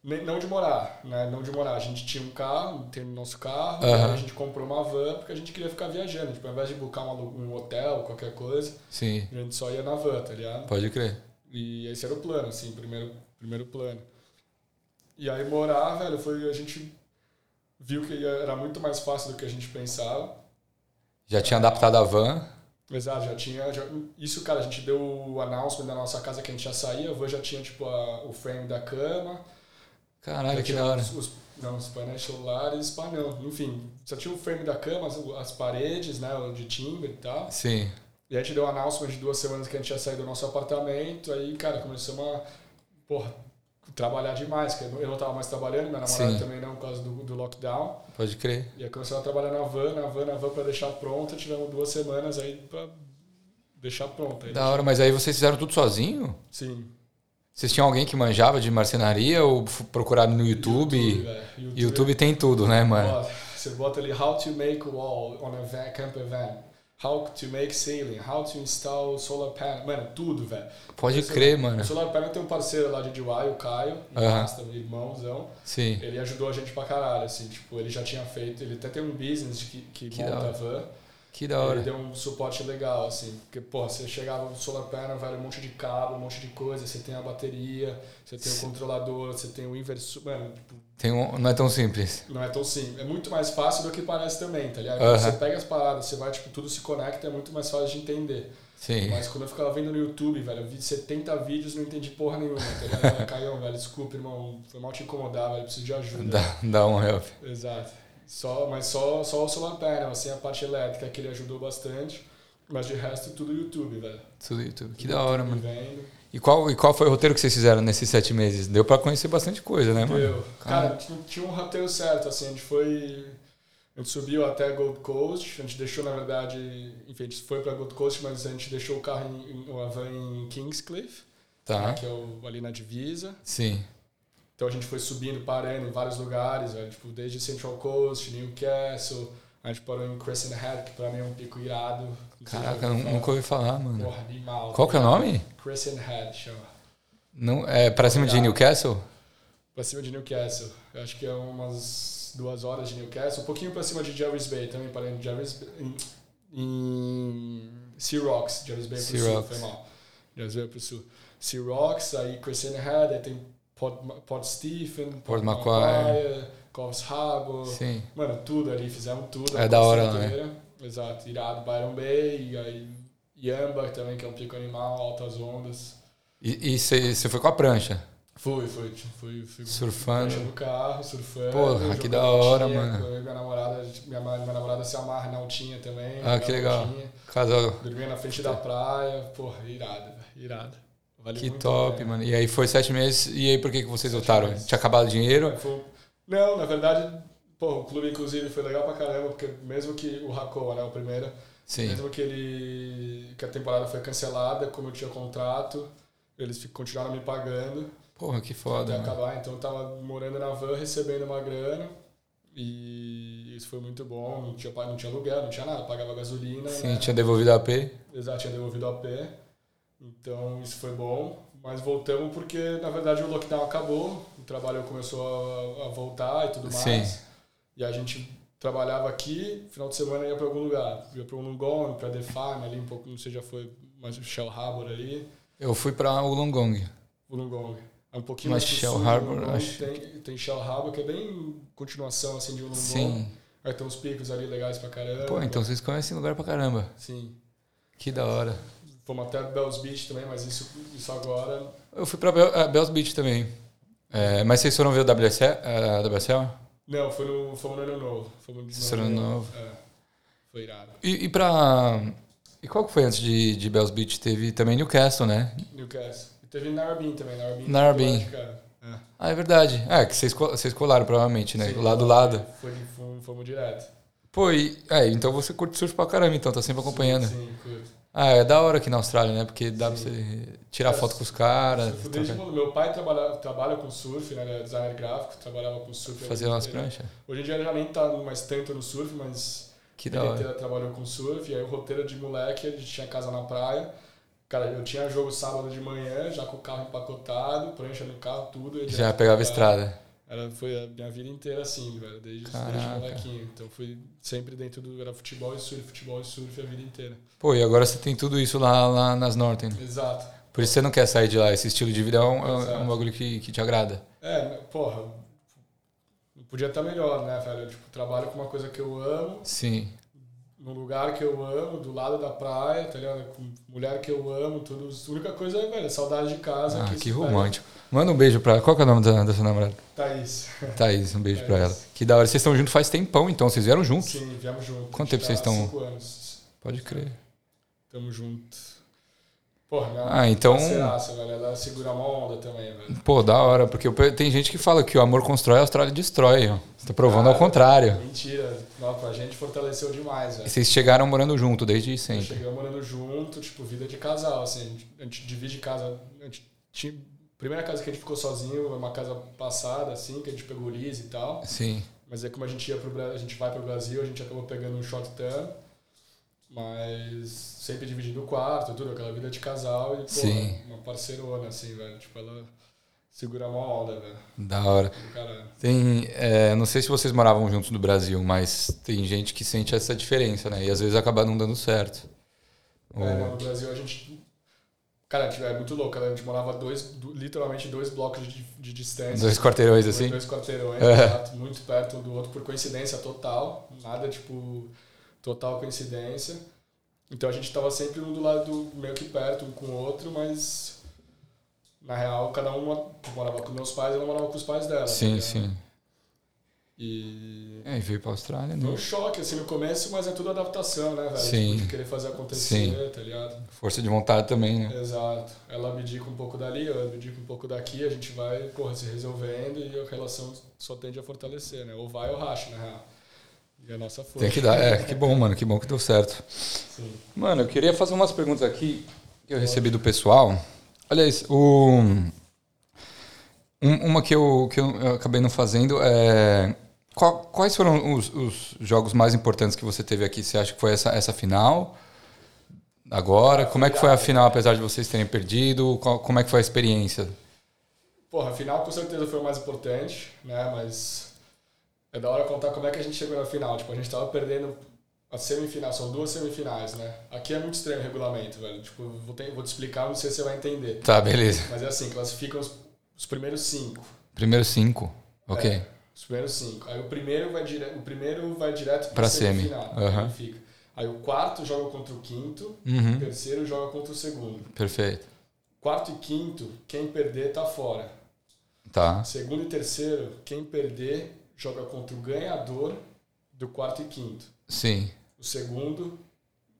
S1: Nem- Não de morar, né? Não de morar. A gente tinha um carro, tem o nosso carro,
S2: Aham.
S1: e aí a gente comprou uma van porque a gente queria ficar viajando. Tipo, ao invés de buscar um, alu- um hotel, qualquer coisa,
S2: Sim,
S1: a gente só ia na van, tá ligado?
S2: pode crer.
S1: E esse era o plano, assim, primeiro, primeiro plano. E aí morar, velho, foi. A gente viu que ia- era muito mais fácil do que a gente pensava.
S2: Já tinha adaptado a van.
S1: Exato, já tinha. já- isso, cara, a gente deu o announcement da nossa casa que a gente já saía, a van já tinha, tipo, a- o frame da cama.
S2: Caralho,
S1: já
S2: que
S1: tinha
S2: da hora.
S1: Os, os- não, os painéis solares, pá, não. Enfim, só tinha o frame da cama, as, as paredes, né, de timbre e tal.
S2: Sim.
S1: E a gente deu um announcement de duas semanas que a gente ia sair do nosso apartamento, aí, cara, começamos a, porra, trabalhar demais, porque eu não- eu não tava mais trabalhando, minha namorada
S2: Sim.
S1: também não, por causa do, do lockdown.
S2: Pode crer.
S1: E aí começamos a trabalhar na van, na van, na van pra deixar pronta, tivemos duas semanas aí pra deixar pronta. Aí,
S2: Da hora, mas aí vocês fizeram tudo sozinho?
S1: Sim.
S2: Vocês tinham alguém que manjava de marcenaria ou f- procuraram no YouTube? YouTube,
S1: velho,
S2: tem tudo, né, mano?
S1: é, Ó, você bota ali how to make wall on a van, camper van. How to make ceiling, how to install solar panel. Mano, tudo, velho.
S2: Pode
S1: Isso-
S2: crer, mano.
S1: O Solar Panel tem um parceiro lá de DIY, o Caio, um
S2: É. Aham.
S1: pasta, meu irmãozão.
S2: Sim.
S1: Ele ajudou a gente pra caralho, assim, tipo, ele já tinha feito, ele até tem um business de que, que,
S2: Que da
S1: monta
S2: hora.
S1: a van.
S2: Que da
S1: Ele
S2: hora.
S1: deu um suporte legal, assim. Porque, pô, você chegava no Solar Panel, velho, um monte de cabo, um monte de coisa. Você tem a bateria, você tem o
S2: Sim.
S1: controlador, você tem o inversor. Mano, tipo,
S2: Tem um- não é tão simples.
S1: não é tão simples. É muito mais fácil do que parece também, tá ligado?
S2: Aham.
S1: Você pega as paradas, você vai, tipo, tudo se conecta, é muito mais fácil de entender.
S2: Sim.
S1: Mas quando eu ficava vendo no YouTube, velho, eu vi 70 vídeos e não entendi porra nenhuma, tá ligado? Eu falei, Caião, velho, desculpa, irmão, foi mal te incomodar, velho, preciso de ajuda.
S2: Dá, dá um help.
S1: Exato. Só, mas só, só o solar panel, assim, a parte elétrica que ele ajudou bastante. Mas de resto, tudo YouTube, velho.
S2: Tudo YouTube. Que da hora,
S1: Me
S2: mano.
S1: vendo.
S2: E qual, e qual foi o roteiro que vocês fizeram nesses sete meses? Deu pra conhecer bastante coisa, né, mano?
S1: Eu, cara, tinha- tinha um roteiro certo, assim, a gente foi... A gente subiu até Gold Coast, a gente deixou, na verdade... Enfim, a gente foi pra Gold Coast, mas a gente deixou o carro, em, em, a van em Kingscliff,
S2: Tá.
S1: que é o, ali na divisa.
S2: Sim.
S1: Então a gente foi subindo, parando em vários lugares, velho, tipo, desde Central Coast, Newcastle, a gente parou em Crescent Head, que pra mim é um pico irado. Não sei se
S2: Caraca,
S1: já
S2: nu-
S1: ouviu falar.
S2: nunca ouvi falar, mano.
S1: Porra, animal.
S2: Qual que é o nome?
S1: Crescent Head, chama.
S2: Não, é pra cima de
S1: Obrigado.
S2: Newcastle?
S1: Pra cima de Newcastle. Eu acho que é umas duas horas de Newcastle, um pouquinho pra cima de Jervis Bay também, parando em Jervis Bay, em, em Sea Rocks, Jervis Bay pro
S2: Sea
S1: sul,
S2: Rocks.
S1: foi mal. Jervis Bay pro sul. Sea Rocks, aí Crescent Head, aí tem Port, Port Stephen,
S2: Port Macquarie.
S1: Coffs Harbour,
S2: Sim.
S1: Mano, tudo ali, fizemos tudo.
S2: É
S1: a
S2: da
S1: costa
S2: hora, né?
S1: inteira. Exato, irado, Byron Bay, e aí Yamba também, que é um pico animal, altas ondas.
S2: E você foi com a prancha,
S1: Fui, fui, fui, fui
S2: surfando.
S1: no carro, surfando.
S2: Porra,
S1: jogando
S2: que da hora,
S1: altinha,
S2: mano.
S1: eu e Minha namorada, minha, ma- minha namorada se amarra na altinha também.
S2: Ah, que
S1: na
S2: legal.
S1: altinha.
S2: Casal.
S1: Dormia na frente da praia, porra, irado, velho, irado. Vale
S2: Que
S1: muito a
S2: top,
S1: pena.
S2: mano. E aí foi sete meses. E aí por que, que vocês
S1: Sete
S2: voltaram?
S1: meses.
S2: Tinha acabado o dinheiro?
S1: Foi- um, Não, na verdade, porra, o clube inclusive foi legal pra caramba, porque mesmo que o Hakoa, né, o primeiro,
S2: Sim.
S1: Mesmo que ele que a temporada foi cancelada, como eu tinha contrato, eles fi- continuaram me pagando
S2: Porra, que
S1: até
S2: foda, né? mano.
S1: acabar. Então eu tava morando na van, recebendo uma grana. E isso foi muito bom. Não tinha, pa- não tinha aluguel, não tinha nada. Pagava gasolina.
S2: Sim,
S1: né?
S2: tinha devolvido a P.
S1: Exato, tinha devolvido a pé. Então isso foi bom. Mas voltamos porque, na verdade, o lockdown acabou. O trabalho começou a, a voltar e tudo mais.
S2: Sim.
S1: E a gente trabalhava aqui, final de semana ia pra algum lugar. Ia pra um Lungong, pra The Farm, ali um pouco, não sei, já foi mais o Shell Harbor ali.
S2: Eu fui pra Wollongong.
S1: O Lungong. É um pouquinho
S2: Mas
S1: mais pro
S2: Shell
S1: sul do
S2: Harbor,
S1: Wollongong,
S2: acho
S1: Tem, tem Shell Harbor, que é bem continuação, assim, de Lungong.
S2: Sim.
S1: Aí tem uns picos ali legais pra caramba.
S2: Pô, então vocês conhecem lugar pra caramba.
S1: Sim.
S2: Que da hora.
S1: Fomos até Bells Beach também, mas isso, isso agora...
S2: Eu fui pra Bel eh, Bells Beach também. É, mas vocês foram ver o WSL? eh, WSL?
S1: Não, foi no, fomos no Ano Novo. Fomos
S2: Vocês foram no Ano
S1: É. Foi irado.
S2: E, e pra. E qual que foi antes de, de Bells Beach? Teve também Newcastle, né?
S1: Newcastle. E teve Narrabeen também. Narrabeen. do
S2: Narrabeen.
S1: lado de cá. É.
S2: Ah, é verdade. É, que vocês, co- vocês colaram, provavelmente, né?
S1: Sim.
S2: Lá do lado.
S1: Foi, fomos, fomos direto.
S2: Pô, e, é, então você curte surf pra caramba, então, tá sempre acompanhando.
S1: Sim, sim, curto.
S2: Ah, é da hora aqui na Austrália, né? Porque dá pra
S1: Sim.
S2: você tirar
S1: É,
S2: foto com os caras,
S1: Surfo desde
S2: trocar-
S1: quando meu pai trabalha, trabalha com surf, né? Ele é designer gráfico, trabalhava com surf.
S2: fazer
S1: Ele-
S2: umas
S1: ele-
S2: pranchas.
S1: Hoje em dia ele já nem tá mais tanto no surf, mas
S2: Que
S1: ele
S2: da hora.
S1: inteira trabalhou com surf. E aí o roteiro de moleque, a gente tinha casa na praia. Cara, eu tinha jogo sábado de manhã, já com o carro empacotado, prancha no carro, tudo. e
S2: Já
S1: direto
S2: pegava
S1: pra-
S2: estrada.
S1: Era, foi a minha vida inteira assim, velho, desde, desde
S2: Caraca.
S1: molequinho. Então fui sempre dentro do. Era futebol e surf, futebol e surf a vida inteira.
S2: Pô, e agora você tem tudo isso lá, lá nas Norton.
S1: Exato.
S2: Por isso você não quer sair de lá. Esse estilo de vida é um, é um- é um
S1: Exato.
S2: bagulho que, que te agrada.
S1: É, porra, podia estar melhor, né, velho? Eu, tipo, trabalho com uma coisa que eu amo,
S2: Sim.
S1: num lugar que eu amo, do lado da praia, tá ligado? Com mulher que eu amo, tudo. A única coisa é, velho, saudade de casa.
S2: Ah, que
S1: isso, tá velho,
S2: romântico. Manda um beijo pra. Qual que é o nome da, da sua namorada?
S1: Thaís.
S2: Thaís, um beijo pra
S1: Thaís.
S2: ela. Que da hora. Vocês estão juntos faz tempão, então. Vocês vieram juntos.
S1: Sim, viemos juntos.
S2: Quanto tempo
S1: Tá
S2: vocês estão-
S1: Cinco anos.
S2: Pode crer.
S1: Tamo junto. Porra, né?
S2: Ah, então-
S1: Parceiraça, velho. Ela segura uma onda também, velho.
S2: Pô, da hora, porque eu pe- tem gente que fala que o amor constrói, a Austrália destrói. ó. Você tá provando ao
S1: Ah,
S2: contrário.
S1: Mentira. Nossa, a gente fortaleceu demais,
S2: E
S1: velho.
S2: vocês chegaram morando junto desde sempre.
S1: Chegamos morando junto, tipo, vida de casal, assim. A gente, a gente divide casa. A gente tinha- primeira casa que a gente ficou sozinho, uma casa passada, assim, que a gente pegou o Liz e tal.
S2: Sim.
S1: Mas é como a gente ia pro Bra- a gente vai pro Brasil, a gente acabou pegando um short term, mas sempre dividindo o quarto, tudo, aquela vida de casal e pô,
S2: Sim.
S1: uma parceirona, assim, velho. Tipo, ela segura uma onda, velho.
S2: Da hora.
S1: do Cara,
S2: Tem, é, não sei se vocês moravam juntos no Brasil, mas tem gente que sente essa diferença, né? E às vezes acaba não dando certo. Ou-
S1: É, não, no Brasil a gente. Cara, tipo, é muito louco, né? a gente morava dois, du- literalmente dois blocos de, de distância.
S2: dois quarteirões assim.
S1: Dois quarteirões,
S2: É.
S1: exato, muito perto um do outro, por coincidência total, nada tipo total coincidência. Então a gente tava sempre um do lado, do- meio que perto um com o outro, mas na real cada um morava com meus pais, ela morava com os pais dela.
S2: Sim,
S1: tá ligado?
S2: sim.
S1: E
S2: É, e veio pra Austrália,
S1: foi um
S2: né?
S1: choque assim no começo, mas é tudo adaptação, né, velho?
S2: Sim.
S1: Tipo, de querer fazer acontecer,
S2: Sim.
S1: tá ligado?
S2: Força de vontade também, né?
S1: Exato. Ela abdica um pouco dali, eu abdico um pouco daqui, a gente vai, porra, se resolvendo e a relação só tende a fortalecer, né? Ou vai ou racha, na real. E a nossa força.
S2: Tem que dar. É, que bom, mano. Que bom que deu certo.
S1: Sim.
S2: Mano, eu queria fazer umas perguntas aqui que eu recebi do pessoal. Olha isso, o... um- uma que, eu, que eu eu acabei não fazendo é. qual- quais foram os, os jogos mais importantes que você teve aqui? Você acha que foi essa, essa final? Agora? Como é que foi a final, apesar de vocês terem perdido? Qual- como é que foi a experiência?
S1: Porra, a final com certeza foi o mais importante, né? Mas é da hora contar como é que a gente chegou na final. Tipo, a gente tava perdendo a semifinal, são duas semifinais, né? Aqui é muito estranho o regulamento, velho. Tipo, vou, ter- vou te explicar, não sei se você vai entender.
S2: Tá, beleza.
S1: Mas é assim, classificam os, os primeiros cinco.
S2: Primeiro cinco. Ok.
S1: É, os primeiros cinco. Aí o primeiro vai direto, o primeiro vai direto
S2: Pra
S1: pra
S2: semi.
S1: semifinal. né?
S2: Aham.
S1: Aí fica. Aí o quarto joga contra o quinto, o
S2: Uhum,
S1: terceiro joga contra o segundo.
S2: Perfeito.
S1: Quarto e quinto, quem perder tá fora.
S2: Tá.
S1: Segundo e terceiro, quem perder joga contra o ganhador do quarto e quinto.
S2: Sim.
S1: O segundo,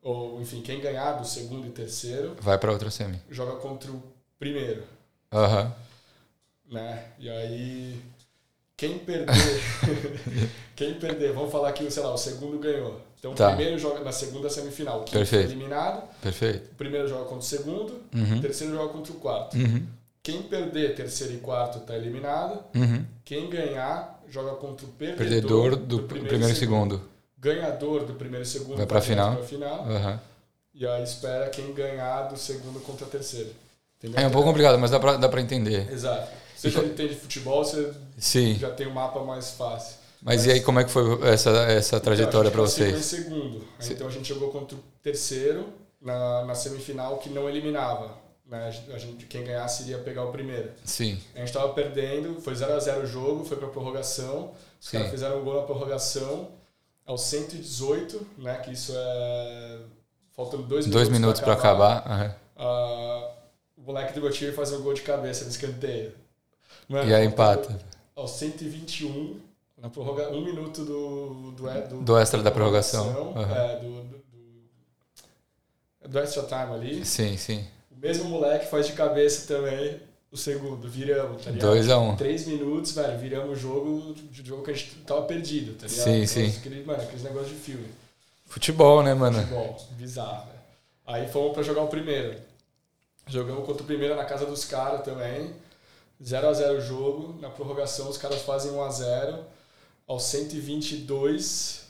S1: ou enfim, quem ganhar do segundo e terceiro
S2: Vai pra outra semi.
S1: joga contra o primeiro,
S2: Aham.
S1: né? E aí quem perder, quem perder, vamos falar que, sei lá, o segundo ganhou. Então
S2: Tá.
S1: o primeiro joga na segunda semifinal, o quinto
S2: Perfeito.
S1: foi eliminado,
S2: Perfeito.
S1: o primeiro joga contra o segundo, o
S2: Uhum.
S1: terceiro joga contra o quarto.
S2: Uhum.
S1: Quem perder terceiro e quarto tá eliminado.
S2: Uhum.
S1: Quem ganhar joga contra o perdedor,
S2: Perdedor do, primeiro, e segundo.
S1: Ganhador do primeiro e segundo
S2: Vai pra
S1: direto
S2: final.
S1: pra final.
S2: Aham.
S1: E aí espera quem ganhar do segundo contra o terceiro. Entendeu?
S2: É um pouco complicado, mas dá pra, dá pra entender.
S1: Exato. Você já entende de futebol, você
S2: Sim.
S1: já tem o mapa mais fácil.
S2: Mas e aí, como é que foi essa, essa trajetória pra
S1: Então, a gente
S2: vocês?
S1: classificou em segundo. Aí,
S2: Sim.
S1: Então a gente jogou contra o terceiro na, na semifinal que não eliminava. né? A gente, quem ganhasse iria pegar o primeiro.
S2: Sim.
S1: A gente tava perdendo, foi 0 a 0 o jogo, foi pra prorrogação. Os
S2: Sim.
S1: caras fizeram um gol na prorrogação aos 118, né? Que isso é. Faltando dois,
S2: Dois minutos pra acabar. Aham.
S1: Ah, o moleque do meu time faz um gol de cabeça no escanteio. Mano,
S2: E aí empata.
S1: Aos 121, na prorroga... um minuto do, do, é, do,
S2: Do extra da prorrogação. Aham.
S1: é, do, do, é do- do extra time ali.
S2: Sim, sim.
S1: O mesmo moleque faz de cabeça também o segundo, viramos, tá ligado?
S2: 2 a 1 um.
S1: Três minutos, velho, viramos o jogo tipo, de jogo que a gente tava perdido, tá ligado?
S2: Sim, sim.
S1: Aquele, mano, aqueles negócios de filme.
S2: Futebol, né, mano?
S1: Bom, bizarro, velho. Aí fomos pra jogar o primeiro. Jogamos contra o primeiro na casa dos caras também. 0 a 0 o jogo. Na prorrogação, os caras fazem 1 a 0 Aos 122,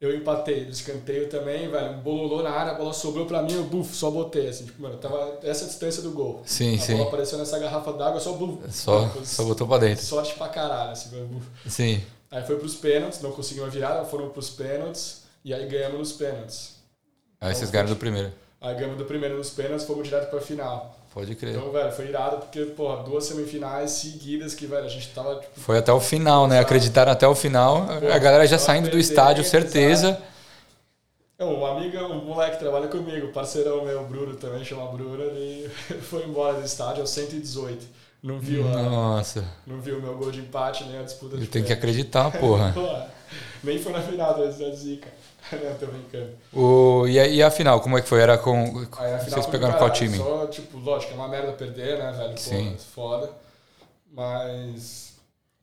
S1: eu empatei. No escanteio também, velho. Bololou na área, a bola sobrou pra mim, eu buf, só botei. Assim, tipo, mano, tava essa distância do gol.
S2: Sim,
S1: a
S2: sim. É
S1: bola apareceu nessa garrafa d'água, só buf.
S2: Só,
S1: Mano,
S2: só botou pra dentro.
S1: Sorte pra caralho, assim, velho, buf.
S2: Sim.
S1: Aí foi pros pênaltis, não conseguimos a virada, foram pros pênaltis. E aí ganhamos nos pênaltis.
S2: Aí vocês ganharam do primeiro.
S1: Aí ganhamos do primeiro nos pênaltis, fomos direto pra final.
S2: Pode crer.
S1: Então, velho, foi irado porque, porra, duas semifinais seguidas que, velho, a gente tava, tipo,
S2: Foi até o final, né? Acreditaram até o final. A galera já
S1: só
S2: saindo do
S1: perder,
S2: estádio, certeza.
S1: É, um amigo, um moleque que trabalha comigo, parceirão meu, Bruno também, chama Bruno, ele foi embora do estádio aos 118. Não viu, né? a,
S2: Nossa.
S1: não viu o meu gol de empate, nem a disputa
S2: Ele
S1: de
S2: tem que
S1: pênalti.
S2: acreditar, porra.
S1: Pô, Nem foi na final da da Zica. Não, tô brincando.
S2: O, e, a, e a final, como é que foi? Era com.
S1: Aí na final
S2: vocês
S1: foi do
S2: pegaram qual
S1: caralho,
S2: time?
S1: Só, tipo, lógico, é uma merda perder, né, velho? Pô,
S2: Sim.
S1: foda. Mas.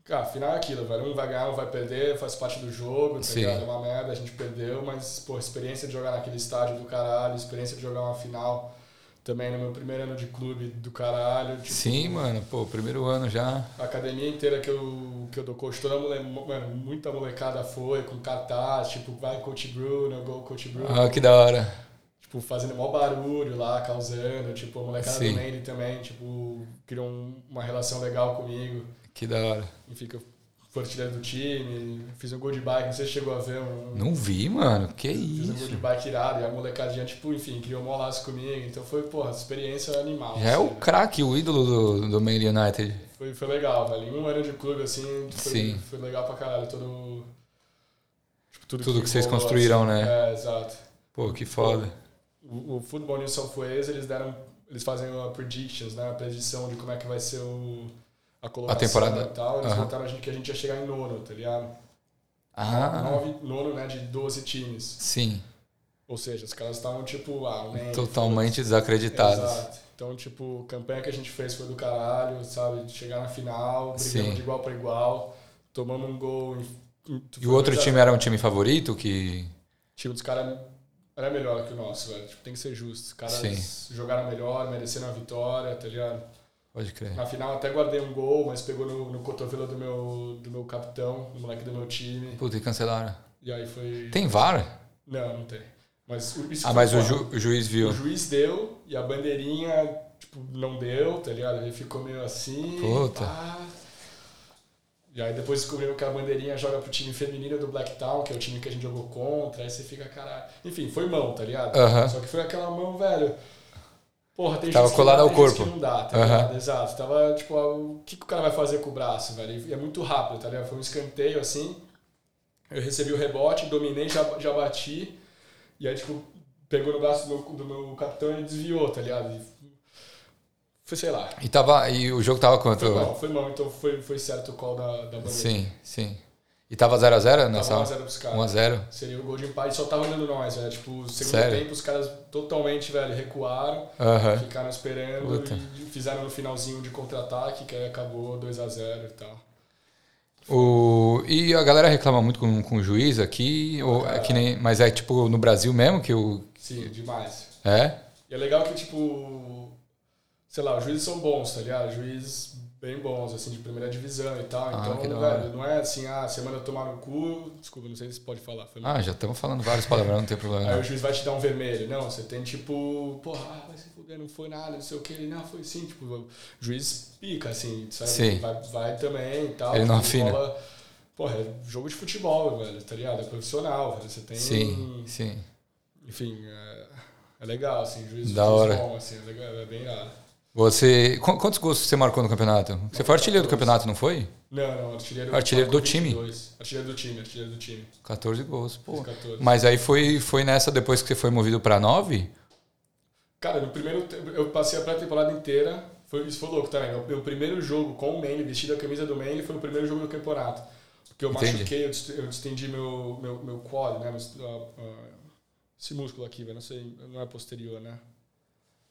S1: Cara, final é aquilo, velho. Um vai ganhar, um vai perder, faz parte do jogo, tá
S2: Sim.
S1: ligado? É uma merda, a gente perdeu, mas, pô, experiência de jogar naquele estádio do caralho, experiência de jogar uma final também no meu primeiro ano de clube do caralho. Tipo,
S2: Sim, mano. Pô, primeiro ano já.
S1: a academia inteira que eu, que eu dou coach, toda mole, mano, muita molecada foi, com cartaz, tipo, vai Coach Bruno, go Coach Bruno
S2: Ah, que da hora.
S1: tipo, fazendo mó barulho lá, causando, tipo, a molecada
S2: Sim.
S1: do Mandy também, tipo, criou um- uma relação legal comigo.
S2: Que da hora.
S1: Enfim, que eu fui artilheiro do time, fiz um gol de bike, não sei se chegou a ver, um,
S2: Não vi, mano. Que
S1: fiz um gol de
S2: isso.
S1: bike irado, e a molecadinha, tipo, enfim, criou mó laço comigo, então foi, porra, experiência animal.
S2: Já é
S1: assim,
S2: o craque, o ídolo do, do Man United.
S1: foi, foi legal, velho. Em um ano de clube, assim, foi,
S2: Sim.
S1: foi legal pra caralho, todo... tipo,
S2: Tudo que vocês
S1: rolou,
S2: construíram,
S1: assim.
S2: né?
S1: É, exato.
S2: Pô, que foda.
S1: o, o futebol News Southwest, eles deram eles fazem uma predictions, né, a predição de como é que vai ser o a colocação
S2: temporada.
S1: e tal, eles
S2: Aham.
S1: botaram a gente que a gente ia chegar em nono, tá ligado?
S2: Ah,
S1: Nove, nono, né, de 12 times.
S2: sim.
S1: Ou seja, os caras estavam tipo, ah, né,
S2: Totalmente desacreditados.
S1: Exato. Então, tipo, a campanha que a gente fez foi do caralho, sabe? De Chegar na final, brigamos
S2: Sim.
S1: de igual para igual, tomamos um gol. em- em-
S2: E o outro time era um time favorito que.
S1: O time dos caras era melhor que o nosso, velho. Tipo, tem que ser justo. Os caras
S2: Sim.
S1: jogaram melhor, mereceram a vitória, tá ligado?
S2: Pode crer.
S1: Na final até guardei um gol, mas pegou no, no cotovelo do meu, do meu capitão, do moleque do meu time.
S2: Puta, e cancelaram.
S1: E aí foi.
S2: Tem VAR?
S1: Não, não tem. Mas, o- isso
S2: Ah,
S1: foi
S2: mas o,
S1: foda.
S2: ju- o juiz
S1: O
S2: viu.
S1: juiz deu e a bandeirinha, tipo, não deu, tá ligado? Ele ficou meio assim.
S2: Puta.
S1: pá. E aí depois descobriu que a bandeirinha joga pro time feminino do Blacktown, que é o time que a gente jogou contra, aí você fica, caralho. Enfim, foi mão, tá ligado?
S2: Aham.
S1: Só que foi aquela mão, velho. Porra, tem
S2: Tava
S1: gente
S2: colada
S1: que dá,
S2: ao
S1: tem gente
S2: corpo.
S1: Que não dá, tá
S2: Aham.
S1: ligado? Exato. Tava, tipo, ah, o que, que o cara vai fazer com o braço, velho? E é muito rápido, tá ligado? Foi um escanteio assim. Eu recebi o rebote, dominei, já, já bati. E aí, tipo, pegou no braço do meu, do meu capitão e ele desviou, tá ligado? E foi, sei lá.
S2: E, tava, e o jogo tava quanto?
S1: Foi mal, foi mal, então foi, foi certo o call da, da bandeira.
S2: Sim, sim. E tava 0x0 nessa
S1: Tava
S2: hora?
S1: 1x0 pros
S2: 1 a
S1: caras.
S2: 0
S1: Seria o gol de empate, só tava olhando nós, velho. Tipo, no segundo
S2: Sério?
S1: tempo, os caras totalmente, velho, recuaram.
S2: Aham.
S1: Ficaram esperando
S2: É? Puta.
S1: e fizeram no finalzinho de contra-ataque, que aí acabou 2x0 e tal.
S2: O E a galera reclama muito com, com o juiz aqui, ou é que nem, mas é tipo no Brasil mesmo que o.
S1: Sim, demais.
S2: É?
S1: E é legal que, tipo, sei lá, os juízes são bons, tá ligado? Juízes bem bons, assim, de primeira divisão e tal.
S2: Ah, que da
S1: então,
S2: hora.
S1: velho, não é assim, ah, semana eu tomar no cu. Desculpa, não sei se pode falar. Foi mal.
S2: Ah, já estamos falando vários palavrões, não tem
S1: Aí o
S2: problema.
S1: juiz vai te dar um vermelho. Não, você tem tipo, porra, ah, vai se fuder, não foi nada, não sei o que. Ele, não, foi sim. Tipo, o juiz pica, assim, sabe?
S2: Sim.
S1: Vai, vai também e tal.
S2: Ele não
S1: Tipo,
S2: afina.
S1: bola- porra, é jogo de futebol, velho, tá ligado? É profissional, velho. Você tem.
S2: Sim, sim.
S1: Enfim, é, é legal, assim, juiz,
S2: Da
S1: juiz
S2: hora.
S1: bom, assim, é, legal, é bem irado.
S2: Você. qu- Quantos gols você marcou no campeonato? Você foi artilheiro do campeonato, não foi?
S1: Não, não, artilheiro.
S2: Artilheiro do
S1: marcou
S2: time?
S1: 22. Artilheiro do time, artilheiro do time.
S2: 14 gols,
S1: Fiz
S2: pô.
S1: 14.
S2: Mas aí foi, foi nessa depois que você foi movido pra 9?
S1: Cara, no primeiro tempo, eu passei a pré-temporada inteira, foi, isso foi louco também. Meu, meu primeiro jogo com o Manly, vestido a camisa do Manly, foi o primeiro jogo do campeonato. Porque eu
S2: Entendi.
S1: machuquei, eu dist- eu distendi meu, meu, meu quad, né? meu- ah, ah, esse músculo aqui, velho, não sei, não é posterior, né?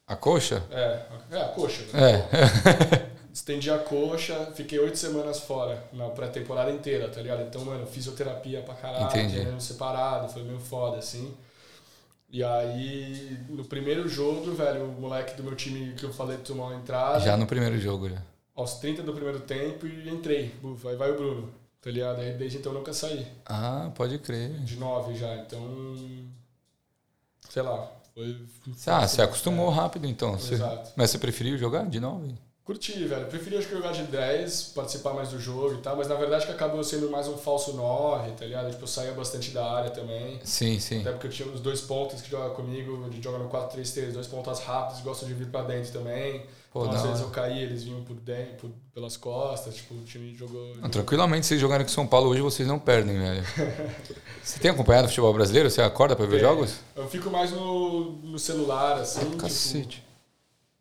S2: A coxa?
S1: É, é a coxa. Né?
S2: É.
S1: Estendi a coxa, fiquei oito semanas fora na pré-temporada inteira, tá ligado? Então, mano, fisioterapia pra caralho,
S2: Entendi.
S1: treinando separado, foi meio foda, assim. E aí, no primeiro jogo, velho, o moleque do meu time que eu falei de tomar uma entrada,
S2: Já no primeiro jogo, já.
S1: aos 30 do primeiro tempo, e entrei. Buf, aí vai o Bruno, tá ligado? Aí desde então eu nunca saí,
S2: Ah, pode crer.
S1: de nove já, então. Sei lá, foi.
S2: Ah, você acostumou rápido então. Você-
S1: Exato.
S2: Mas você preferiu jogar de 9?
S1: Curti, velho. Preferia acho que jogar de 10, participar mais do jogo e tal, mas na verdade que acabou sendo mais um falso 9, tá ligado? Tipo, eu saía bastante da área também.
S2: Sim, sim.
S1: Até porque eu tinha os dois pontos que jogam comigo, a gente joga no 4-3-3, dois pontas rápidos, gostam de vir pra dentro também.
S2: Pô,
S1: então, às
S2: da
S1: vezes
S2: hora.
S1: eu caí, eles vinham por dentro, por- pelas costas, tipo, o time jogou.
S2: Não, tranquilamente, vocês jogarem com São Paulo hoje, vocês não perdem, velho. Você tem acompanhado o futebol brasileiro? Você acorda pra ver
S1: É,
S2: jogos?
S1: Eu fico mais no, no celular, assim. tipo,
S2: Cacete.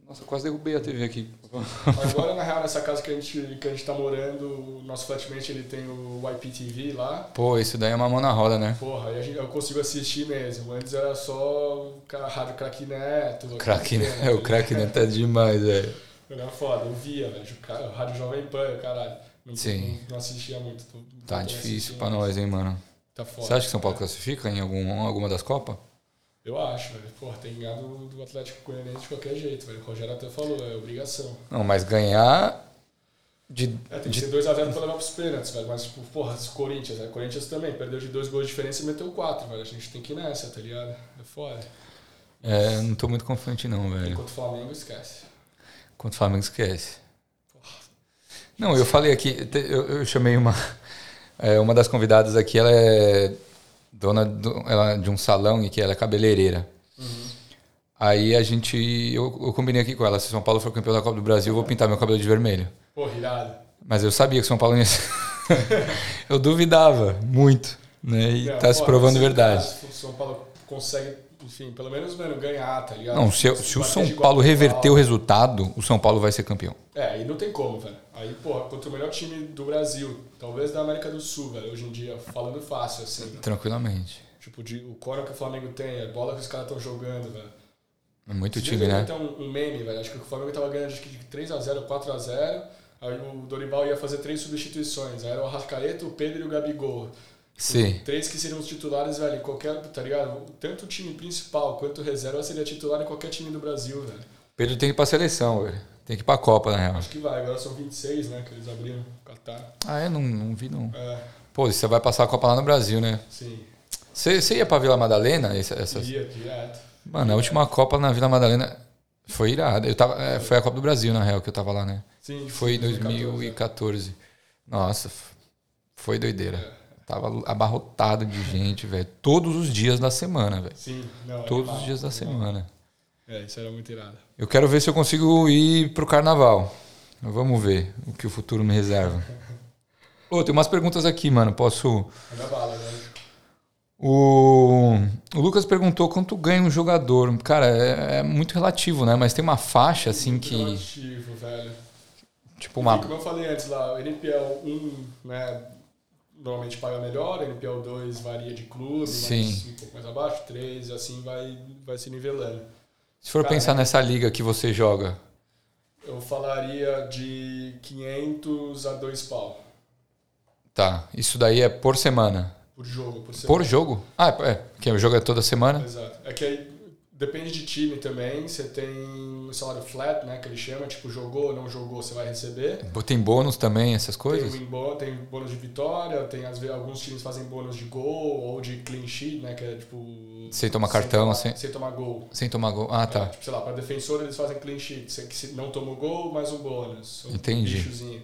S2: Nossa, quase derrubei a TV aqui.
S1: agora, na real, nessa casa que a gente, que a gente tá morando, o nosso flatmate ele tem o IPTV lá.
S2: Pô, isso daí é uma mão na roda, né?
S1: Porra, aí a gente, eu consigo assistir mesmo. Antes era só o ca- rádio craque neto.
S2: Crack,
S1: Aquele-
S2: né? O crack né? tá demais, velho.
S1: Era foda, eu via, velho. O cara- o rádio Jovem Pan, caralho. Não,
S2: Sim.
S1: Não, não assistia muito. Tô-
S2: Tá
S1: tô
S2: difícil
S1: assistindo,
S2: pra
S1: mas
S2: nós, hein, mano.
S1: Tá foda.
S2: Você acha que São Paulo classifica em algum, alguma das Copas?
S1: Eu acho, velho. Porra, tem ganhado do- do Atlético Goianiense de qualquer jeito, velho. O Rogério até falou, é obrigação.
S2: Não, mas ganhar de.
S1: É, tem que
S2: de
S1: ser 2x0 pra levar pros pênaltis, velho. Mas, tipo, porra, os Corinthians, né? Corinthians também. Perdeu de dois gols de diferença e meteu quatro, velho. A gente tem que ir nessa, tá ligado? É foda.
S2: é, eu não tô muito confiante, não, velho.
S1: Enquanto o Flamengo, esquece.
S2: Quanto o Flamengo esquece. Não, eu falei aqui, te- eu, eu chamei uma, é, uma das convidadas aqui, ela é dona do- ela, é de um salão e que ela é cabeleireira.
S1: Uhum.
S2: Aí a gente, eu, eu combinei aqui com ela, se São Paulo for campeão da Copa do Brasil, eu vou pintar meu cabelo de vermelho.
S1: Porra, irado.
S2: Mas eu sabia que São Paulo ia ser. eu duvidava muito, né? E
S1: É,
S2: tá se
S1: porra,
S2: provando
S1: se
S2: verdade.
S1: O São Paulo consegue, enfim, pelo menos mano, ganhar, tá ligado?
S2: Não, se, eu- se o
S1: bater
S2: São
S1: de igual
S2: Paulo
S1: pra
S2: reverter o
S1: igual.
S2: resultado, o São Paulo vai ser campeão.
S1: É, aí não tem como, velho. Aí, porra, contra o melhor time do Brasil, talvez da América do Sul, velho, hoje em dia, falando fácil, assim. né?
S2: Tranquilamente.
S1: Tipo, de, o coro que o Flamengo tem, a bola que os caras estão jogando, velho.
S2: É muito
S1: Esse
S2: time,
S1: dia
S2: né?
S1: teve até um, um meme, velho. Acho que o Flamengo tava ganhando acho que de 3x0, 4x0. Aí o Dorival ia fazer três substituições. Aí era o Arrascaeta, o Pedro e o Gabigol.
S2: Sim.
S1: Três que seriam os titulares, velho, em qualquer, tá ligado? Tanto o time principal quanto o reserva seria titular em qualquer time do Brasil, velho.
S2: Pedro tem que ir pra seleção, velho. Tem que ir pra Copa, na real.
S1: Acho que vai, agora são 26, né, que eles abriram o Catar.
S2: Ah, eu não, não vi, não.
S1: É,
S2: Pô, você vai passar a Copa lá no Brasil, né?
S1: sim.
S2: Você você ia pra Vila Madalena? Essa, essas-
S1: Ia direto.
S2: Mano, a última Copa na Vila Madalena foi irada. Eu tava, é, foi a Copa do Brasil, na real, que eu tava lá, né?
S1: Sim,
S2: Foi em
S1: 2014, né?
S2: 2014. Nossa, f- foi doideira.
S1: É,
S2: Tava abarrotado de gente, velho. Todos os dias da semana, velho.
S1: Sim, não,
S2: Todos
S1: animal,
S2: os dias da
S1: animal.
S2: semana.
S1: É, isso era muito irado.
S2: Eu quero ver se eu consigo ir pro carnaval. Vamos ver o que o futuro me reserva. Ô, tem umas perguntas aqui, mano. Posso.
S1: Era bala, né?
S2: O, o Lucas perguntou quanto ganha um jogador. Cara, é, é muito relativo, né? Mas tem uma faixa assim que.
S1: Relativo, velho.
S2: Tipo, uma.
S1: Como eu falei antes lá, o NPL 1, né, normalmente paga melhor, o NPL 2 varia de clube, mas
S2: Sim.
S1: um pouco mais abaixo, 3, e assim vai, vai se nivelando.
S2: Se for
S1: Cara,
S2: pensar nessa liga que você joga,
S1: Eu falaria de 500 a 2 pau
S2: tá. Isso daí é por semana.
S1: por jogo, por semana.
S2: Por jogo? Ah, é. Que o jogo é toda semana?
S1: Exato. É que aí depende de time também, você tem o salário flat, né, que ele chama, tipo, jogou ou não jogou, você vai receber.
S2: Tem bônus também, essas coisas?
S1: Tem, win bo- tem bônus de vitória, tem às vezes, alguns times fazem bônus de gol ou de clean sheet, né? Que é tipo.
S2: Sem tomar cartão, né?
S1: tomar-
S2: sem-
S1: Sem tomar gol.
S2: Sem tomar gol. Ah,
S1: É,
S2: tá.
S1: tipo, sei lá, para defensor eles fazem clean sheet. Você que se não tomou gol, mais um bônus. Um
S2: Entendi.
S1: bichozinho.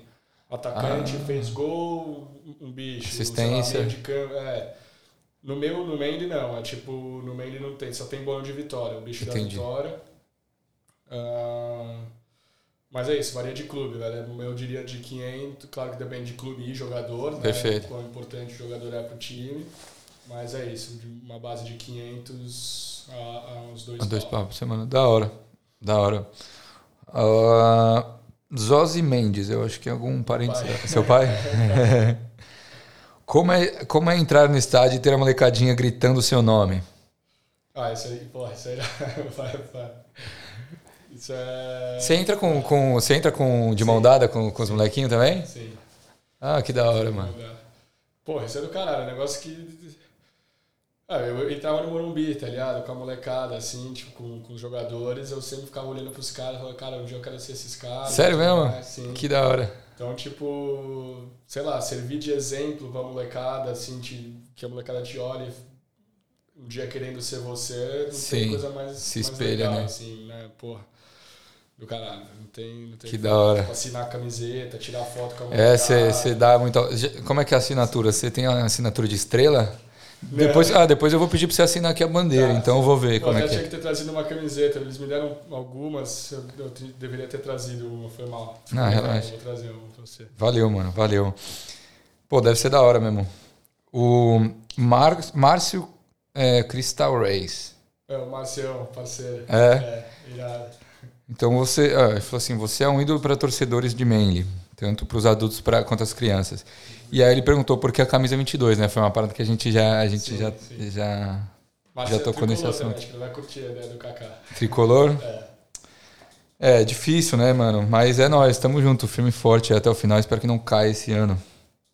S1: Atacante
S2: Ah.
S1: fez gol, um bicho. sei lá,
S2: Assistência.
S1: meio de campo, é. No meu, no Manly não. É tipo, no Manly não tem, só tem bônus de vitória, o bicho da
S2: Entendi.
S1: vitória. Ah, mas é isso, varia de clube, velho. Eu diria de 500, claro que depende de clube e jogador, né?
S2: Perfeito.
S1: Quão importante o jogador é pro time. Mas é isso, de uma base de 500 a, a uns dois,
S2: Ah, Dois
S1: pau.
S2: pau por semana. Da hora. Da hora. Ah, Zozzi Mendes, eu acho que é algum parente.
S1: Pai.
S2: Seu pai? como, é, como é entrar no estádio e ter a molecadinha gritando o seu nome?
S1: Ah, isso aí, porra, isso aí. vai, vai. isso é.
S2: Você entra com, com, você entra com de mão dada com, com os molequinhos também?
S1: Sim.
S2: Ah, que da hora, mano.
S1: Porra, isso é do caralho, é um negócio que. Ah, eu entrava no Morumbi, tá ligado? Com a molecada, assim, tipo, com, com os jogadores, eu sempre ficava olhando pros caras e falava, cara, um dia eu quero ser esses caras.
S2: Sério
S1: Tudo
S2: mesmo?
S1: mais, Sim.
S2: Que da hora.
S1: Então, tipo, sei lá, servir de exemplo pra molecada, assim, te- que a molecada te olhe um dia querendo ser você, não
S2: Sim,
S1: tem coisa mais,
S2: se
S1: mais
S2: espelha,
S1: legal,
S2: né?
S1: assim, né? Porra, do caralho, não tem... Não tem
S2: Que da hora.
S1: Tipo, assinar a camiseta, tirar foto com a
S2: É,
S1: molecada.
S2: você dá muito. Como é que é a assinatura? Você tem a assinatura de estrela?
S1: Né?
S2: Depois, ah, depois eu vou pedir pra você assinar aqui a bandeira,
S1: Tá.
S2: então eu vou ver
S1: Eu
S2: como
S1: até
S2: é que
S1: tinha
S2: é.
S1: que ter trazido uma camiseta, eles me deram algumas, eu, eu te- deveria ter trazido uma, foi mal. Foi
S2: Não,
S1: mal,
S2: Ah, relaxa.
S1: Vou trazer uma pra você.
S2: Valeu, mano, valeu. Pô, deve ser da hora mesmo. O Mar Márcio é, Crystal Reis.
S1: É, o Marcião, parceiro.
S2: É.
S1: irado.
S2: Então você, ah, ele falou assim, você é um ídolo para torcedores de Manly, tanto para os adultos pra, quanto as crianças. E aí ele perguntou por que a camisa 22, né? Foi uma parada que a gente já, a gente
S1: Sim,
S2: já,
S1: sim.
S2: já
S1: Marcião
S2: tocou
S1: tricolor
S2: nesse
S1: também,
S2: assunto.
S1: acho que ele vai curtir a ideia do Kaká.
S2: tricolor.
S1: É.
S2: É difícil, né, mano? Mas é nós, estamos junto, firme e forte até o final. Espero que não caia esse ano.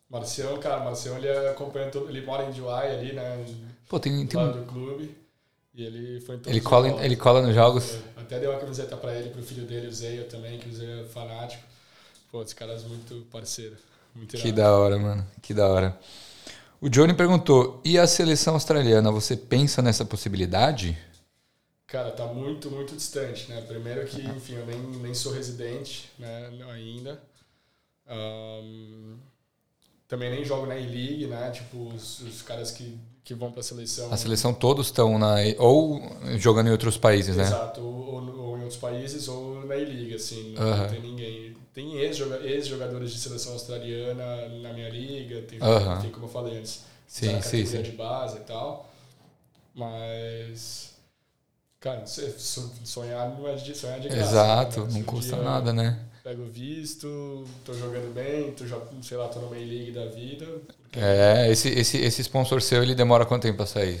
S1: Marcião, cara, Marcião, ele acompanha todo, ele mora em Juai ali, né, do
S2: Pô, tem, tem
S1: lado
S2: um-
S1: do clube. E ele foi em todos
S2: ele
S1: os
S2: cola,
S1: jogos.
S2: ele cola nos jogos.
S1: É, Até deu uma camiseta pra ele, pro filho dele, o Zeia também, que o Zeia é fanático. Pô, os caras muito parceiro. Muito
S2: Que
S1: irado.
S2: da hora, mano. Que da hora. O Johnny perguntou: e a seleção australiana? Você pensa nessa possibilidade?
S1: Cara, tá muito, muito distante, né? Primeiro que, enfim, eu nem, nem sou residente né, ainda. Ahn, também nem jogo na E-League, né? Tipo, os, os caras que, que vão pra seleção.
S2: A seleção todos estão na ou jogando em outros países, né?
S1: Exato, ou, ou- ou em outros países ou na E-League, assim, não
S2: Aham.
S1: tem ninguém. Tem ex-joga- ex-jogadores de seleção australiana na minha liga, tem,
S2: Aham.
S1: tem como eu falei antes,
S2: Sim,
S1: tá na
S2: sim,
S1: categoria
S2: sim.
S1: de base e tal, mas, cara, não sei, so- sonhar não é de sonhar é de graça.
S2: Exato,
S1: né? Se
S2: não
S1: um
S2: custa
S1: dia eu
S2: nada, né?
S1: Pego visto, tô jogando bem, tô, jo- sei lá, tô numa E-League da vida, porque,
S2: É, esse, esse, esse sponsor seu, ele demora quanto tempo pra sair?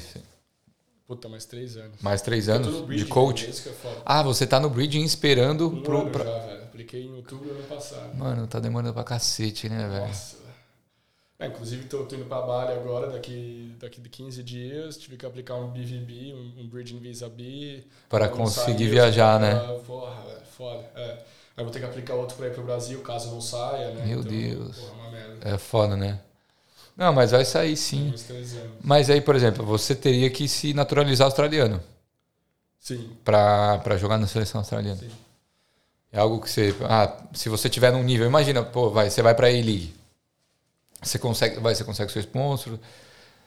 S1: puta, mais três anos.
S2: Mais três
S1: Eu tô no
S2: anos de
S1: Bridging,
S2: coach?
S1: Isso que é foda.
S2: Ah, você tá no bridging esperando
S1: Um
S2: pro...
S1: ano
S2: pra-
S1: já, velho. Apliquei em outubro do ano passado.
S2: Mano, tá demorando pra cacete, né, velho?
S1: Nossa. É, inclusive, tô, tô indo pra Bali agora, daqui, daqui de 15 dias. Tive que aplicar um BVB, um, um Bridging Visa B.
S2: Para
S1: Não
S2: conseguir
S1: saiu,
S2: viajar, né?
S1: ah, Porra, velho, foda. É. Aí vou ter que aplicar outro pra ir pro Brasil, caso não saia, né?
S2: Meu Deus.
S1: Porra, uma merda.
S2: É foda, né? Não, mas vai sair sim.
S1: Uns três anos.
S2: Mas aí, por exemplo, você teria que se naturalizar australiano
S1: Sim,
S2: pra, pra jogar na seleção australiana.
S1: Sim.
S2: É algo que você... Ah, se você tiver num nível... Imagina, pô, vai, você vai pra A-League. Você consegue, vai, você consegue seu sponsor.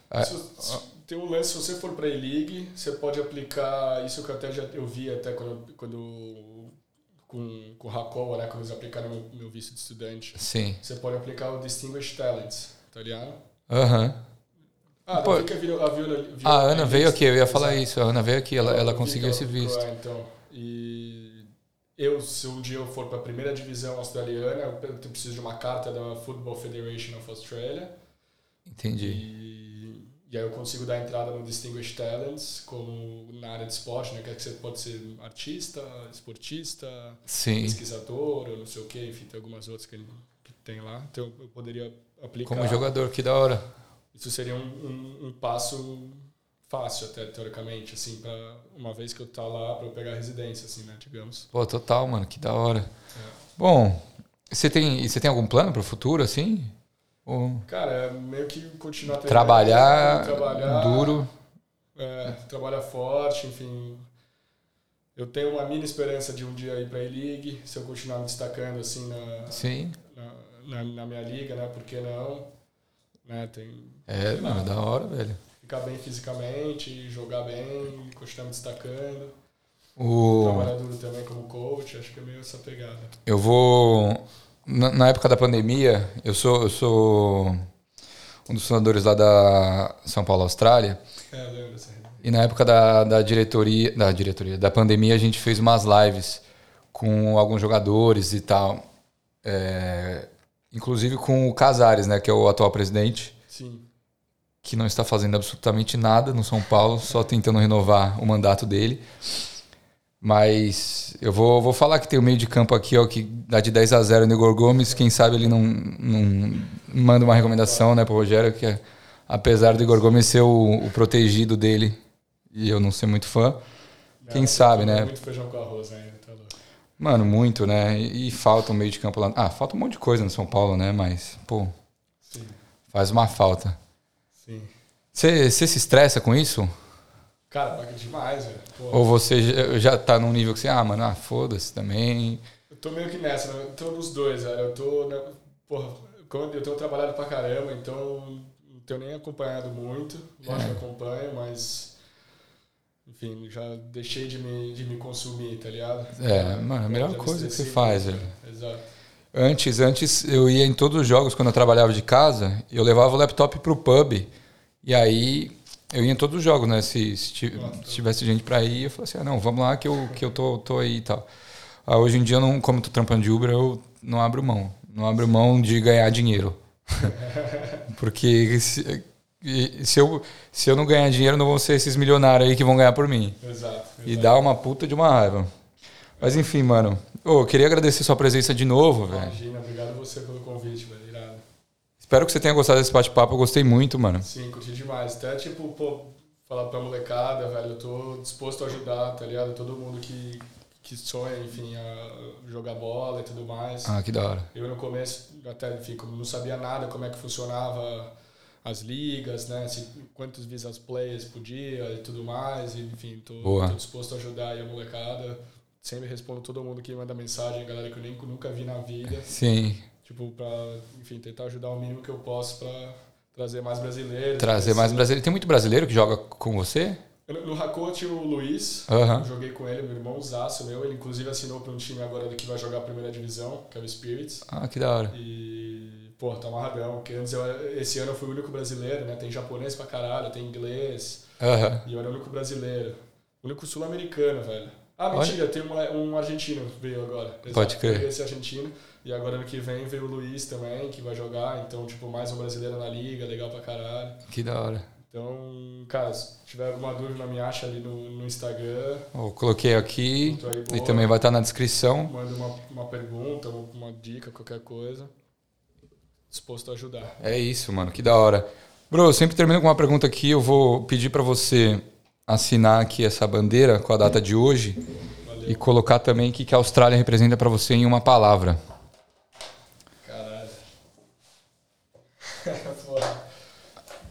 S2: É.
S1: Se- se- tem um lance, se você for pra E-League, você pode aplicar isso que eu até já eu vi até quando, quando com, com o Hakol, né, quando eles aplicaram meu, meu visto de estudante.
S2: Sim.
S1: Você pode aplicar o Distinguished Talents, tá ligado?
S2: Aham.
S1: Ah,
S2: Pô.
S1: não, fica a Viola, a Viola, Viola é
S2: A Ana veio aqui, eu ia falar
S1: Exato.
S2: isso. A Ana veio aqui, ela, ela
S1: Eu
S2: conseguiu
S1: vi
S2: esse
S1: que ela
S2: visto.
S1: aplicou, é, então, e eu, se um dia eu for para a primeira divisão australiana, eu pe- eu preciso de uma carta da Football Federation of Australia.
S2: Entendi.
S1: E, e aí eu consigo dar entrada no Distinguished Talents, como na área de esporte, né? Que é que você pode ser artista, esportista,
S2: Sim.
S1: pesquisador, ou não sei o quê, enfim, tem algumas outras que, que tem lá. Então eu poderia aplicar.
S2: Como jogador, que da hora.
S1: Isso seria um, um, um passo fácil, até teoricamente, assim, para uma vez que eu tá lá, para eu pegar residência, assim, né? Digamos.
S2: Pô, total, mano, que da hora.
S1: É.
S2: Bom, você tem, e você tem algum plano pro futuro, assim? Ou
S1: Cara, é meio que continuar treinando,
S2: trabalhar,
S1: trabalhar
S2: duro.
S1: É, trabalhar forte, enfim. Eu tenho uma mini esperança de um dia ir para a E-League, se eu continuar me destacando assim na,
S2: Sim.
S1: na, na- na minha liga, né? Por que não? Né? Tem
S2: É,
S1: Sei lá.
S2: mano, da hora, velho.
S1: ficar bem fisicamente, jogar bem, continuar me destacando.
S2: O,
S1: Trabalhar duro também como coach, acho que é meio essa pegada.
S2: eu vou. Na, na época da pandemia, eu sou, eu sou um dos fundadores lá da São Paulo, Austrália.
S1: É, eu lembro dessa
S2: E na época da, da diretoria, da diretoria, da pandemia, a gente fez umas lives com alguns jogadores e tal. É, inclusive com o Casares, né, que é o atual presidente,
S1: Sim,
S2: que não está fazendo absolutamente nada no São Paulo, só tentando renovar o mandato dele. Mas eu vou, vou falar que tem o meio de campo aqui, ó, que dá de 10 a 0 no Igor Gomes. Quem sabe ele não, não manda uma recomendação, né, pro Rogério, que é, apesar do Igor Gomes ser o, o protegido dele, e eu não ser muito fã, Quem
S1: Não,
S2: sabe, né?
S1: Muito feijão com arroz ainda, tá louco.
S2: mano, muito, né? E, e falta um meio de campo lá. Ah, falta um monte de coisa no São Paulo, né? Mas, pô,
S1: Sim,
S2: faz uma falta.
S1: sim.
S2: Você se estressa com isso?
S1: Cara, paga demais, velho. Pô,
S2: Ou você já- já tá num nível que você, ah, mano, ah, foda-se também.
S1: Eu tô meio que nessa, né? eu tô nos dois, velho. Eu tô. né, Porra, quando eu tenho trabalhado pra caramba, então tenho nem acompanhado muito, lógico
S2: É.
S1: que acompanho, mas. Enfim, já deixei de me, de me consumir, tá ligado?
S2: É, mano, a melhor
S1: já me
S2: coisa que você
S1: estressei
S2: faz,
S1: muito,
S2: velho.
S1: cara. Exato.
S2: Antes, antes eu ia em todos os jogos quando eu trabalhava de casa, eu levava o laptop pro pub. E aí eu ia em todos os jogos, né? Se, se ti- se tivesse gente pra ir, eu falava assim, ah, não, vamos lá que eu, que eu tô, tô aí e tal. Ah, hoje em dia, eu não, como eu tô trampando de Uber, eu não abro mão. Não abro mão de ganhar dinheiro. Porque se, e- se, eu, se eu não ganhar dinheiro, não vão ser esses milionários aí que vão ganhar por mim.
S1: Exato.
S2: E dá uma puta de uma raiva. Mas enfim, mano. Ô, eu queria agradecer sua presença de novo, velho.
S1: Imagina, obrigado você pelo convite, velho. Irado.
S2: Espero que você tenha gostado desse bate-papo. Eu gostei muito, mano.
S1: Sim, curti demais. Até tipo, pô, falar pra molecada, velho, eu tô disposto a ajudar, tá ligado? Todo mundo que, que sonha, enfim, a jogar bola e tudo mais.
S2: Ah, que da hora.
S1: Eu no começo, até, enfim, como não sabia nada como é que funcionava as ligas, né? Se, quantos visas players podia e tudo mais. E, enfim, tô,
S2: Boa.
S1: tô disposto a ajudar aí a molecada. Sempre respondo todo mundo que manda mensagem, galera que eu nem, nunca vi na vida.
S2: Sim,
S1: tipo para enfim tentar ajudar o mínimo que eu posso para trazer mais brasileiros né?
S2: trazer mais
S1: brasileiros
S2: brasileiro. Tem muito brasileiro que joga com você?
S1: no Hakô tinha o Luiz
S2: Aham.
S1: eu joguei com ele meu irmão Zaço meu ele inclusive assinou para um time agora que vai jogar a primeira divisão que é o Spirits
S2: Ah, que da hora.
S1: e pô tá amarradão que antes eu, esse ano eu fui o único brasileiro né tem japonês pra caralho tem inglês
S2: Aham.
S1: e eu era o único brasileiro o único sul-americano velho ah,
S2: Olha.
S1: mentira, tem um, um argentino que veio agora.
S2: Pode crer.
S1: Esse argentino. E agora ano que vem veio o Luiz também, que vai jogar. Então, tipo, mais um brasileiro na liga, legal pra caralho.
S2: Que da hora.
S1: Então, cara, se tiver alguma dúvida, me acha ali no, no Instagram.
S2: Eu coloquei aqui
S1: Muito aí,
S2: e
S1: boa.
S2: também vai estar na descrição.
S1: Manda uma, uma pergunta, uma dica, qualquer coisa. Disposto a ajudar.
S2: É isso, mano. Que da hora. Bro, eu sempre termino com uma pergunta aqui. Eu vou pedir pra você assinar aqui essa bandeira com a data de hoje
S1: Valeu.
S2: e colocar também o que que a Austrália representa pra você em uma palavra.
S1: Caralho. Porra.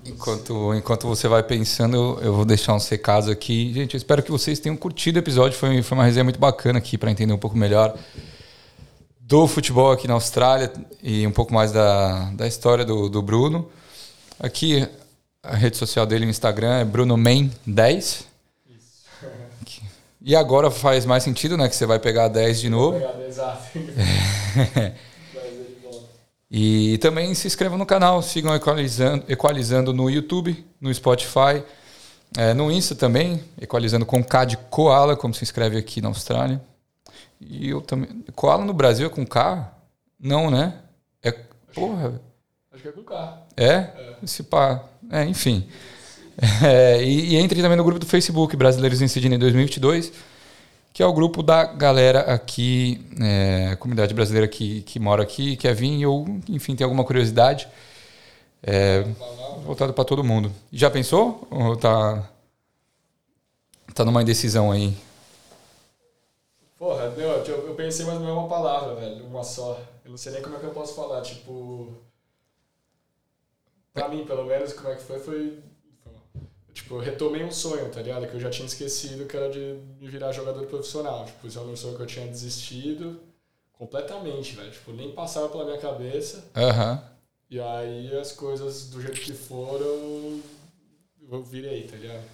S2: Enquanto, enquanto você vai pensando, eu, eu vou deixar uns recados aqui. Gente, eu espero que vocês tenham curtido o episódio. Foi, foi uma resenha muito bacana aqui para entender um pouco melhor do futebol aqui na Austrália e um pouco mais da, da história do, do Bruno. Aqui, a rede social dele no Instagram é BrunoMen10.
S1: Isso.
S2: E agora faz mais sentido, né? Que você vai pegar a 10 de novo.
S1: Obrigado, exato. Prazer de volta.
S2: E também se inscrevam no canal, sigam Equalizando, Equalizando no YouTube, no Spotify, eh, no Insta também, Equalizando com K de Koala, como se inscreve aqui na Austrália. E eu também. Koala no Brasil é com K? Não, né? É. Porra.
S1: Acho que é com o carro.
S2: É? Esse pá. É, enfim. É, e, e entre também no grupo do Facebook, Brasileiros em Sydney 2022, que é o grupo da galera aqui, é, comunidade brasileira que, que mora aqui, quer vir ou, enfim, tem alguma curiosidade. É, voltado para todo mundo. Já pensou? Ou tá, tá numa indecisão aí?
S1: Porra, não, eu, eu pensei, mas não é uma palavra, velho. Uma só. Eu não sei nem como é que eu posso falar. Tipo. Pra mim, pelo menos, como é que foi? Foi. foi mal. Tipo, eu retomei um sonho, tá ligado? Que eu já tinha esquecido, que era de me virar jogador profissional. Tipo, isso é um sonho que eu tinha desistido completamente, velho. Tipo, nem passava pela minha cabeça.
S2: Aham.
S1: E aí as coisas do jeito que foram, eu virei, tá ligado?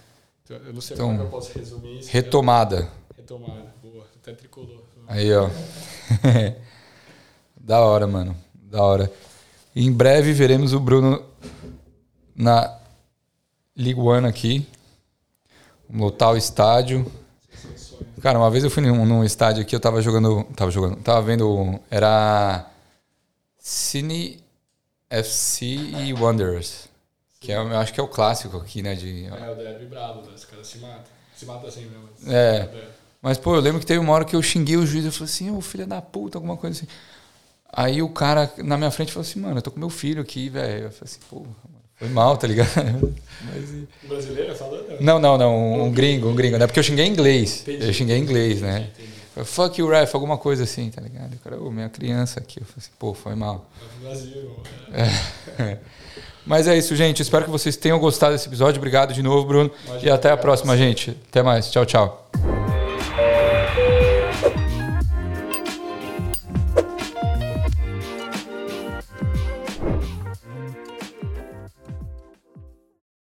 S1: Então, eu não sei
S2: Então,
S1: como é que eu posso resumir isso.
S2: Retomada.
S1: Retomada, boa. Até tricolor.
S2: Aí, ó. da hora, mano. Da hora. Em breve veremos o Bruno na League One aqui. Vamos lotar o estádio.
S1: Esse é o sonho.
S2: Cara, uma vez eu fui num, num estádio aqui, eu tava jogando. Tava jogando. Tava vendo. Era. Cine FC e Wanderers. Que é, eu acho que é o clássico aqui, né? De,
S1: É, o Derby brabo, né? Os caras se matam. Se matam assim mesmo. mas-
S2: É. Mas, pô, eu lembro que teve uma hora que eu xinguei o juiz. Eu falei assim, ô filho da puta, alguma coisa assim. Aí o cara na minha frente falou assim, mano, eu tô com meu filho aqui, velho. Eu falei assim, pô, mano, foi mal, tá ligado? Mas, e-
S1: O brasileiro é falando?
S2: não, não, não, um, gringo, um gringo, né? Porque eu xinguei em inglês.
S1: Entendi.
S2: Eu xinguei em inglês, né? Eu falei, Fuck you, ref, alguma coisa assim, tá ligado? O cara, ô, minha criança aqui. Eu falei assim, pô, foi mal.
S1: É o Brasil. né?
S2: Mas é isso, gente. Espero que vocês tenham gostado desse episódio. Obrigado de novo, Bruno.
S1: Imagina,
S2: E até a
S1: obrigado a
S2: próxima,
S1: você.
S2: gente. Até mais. Tchau, tchau.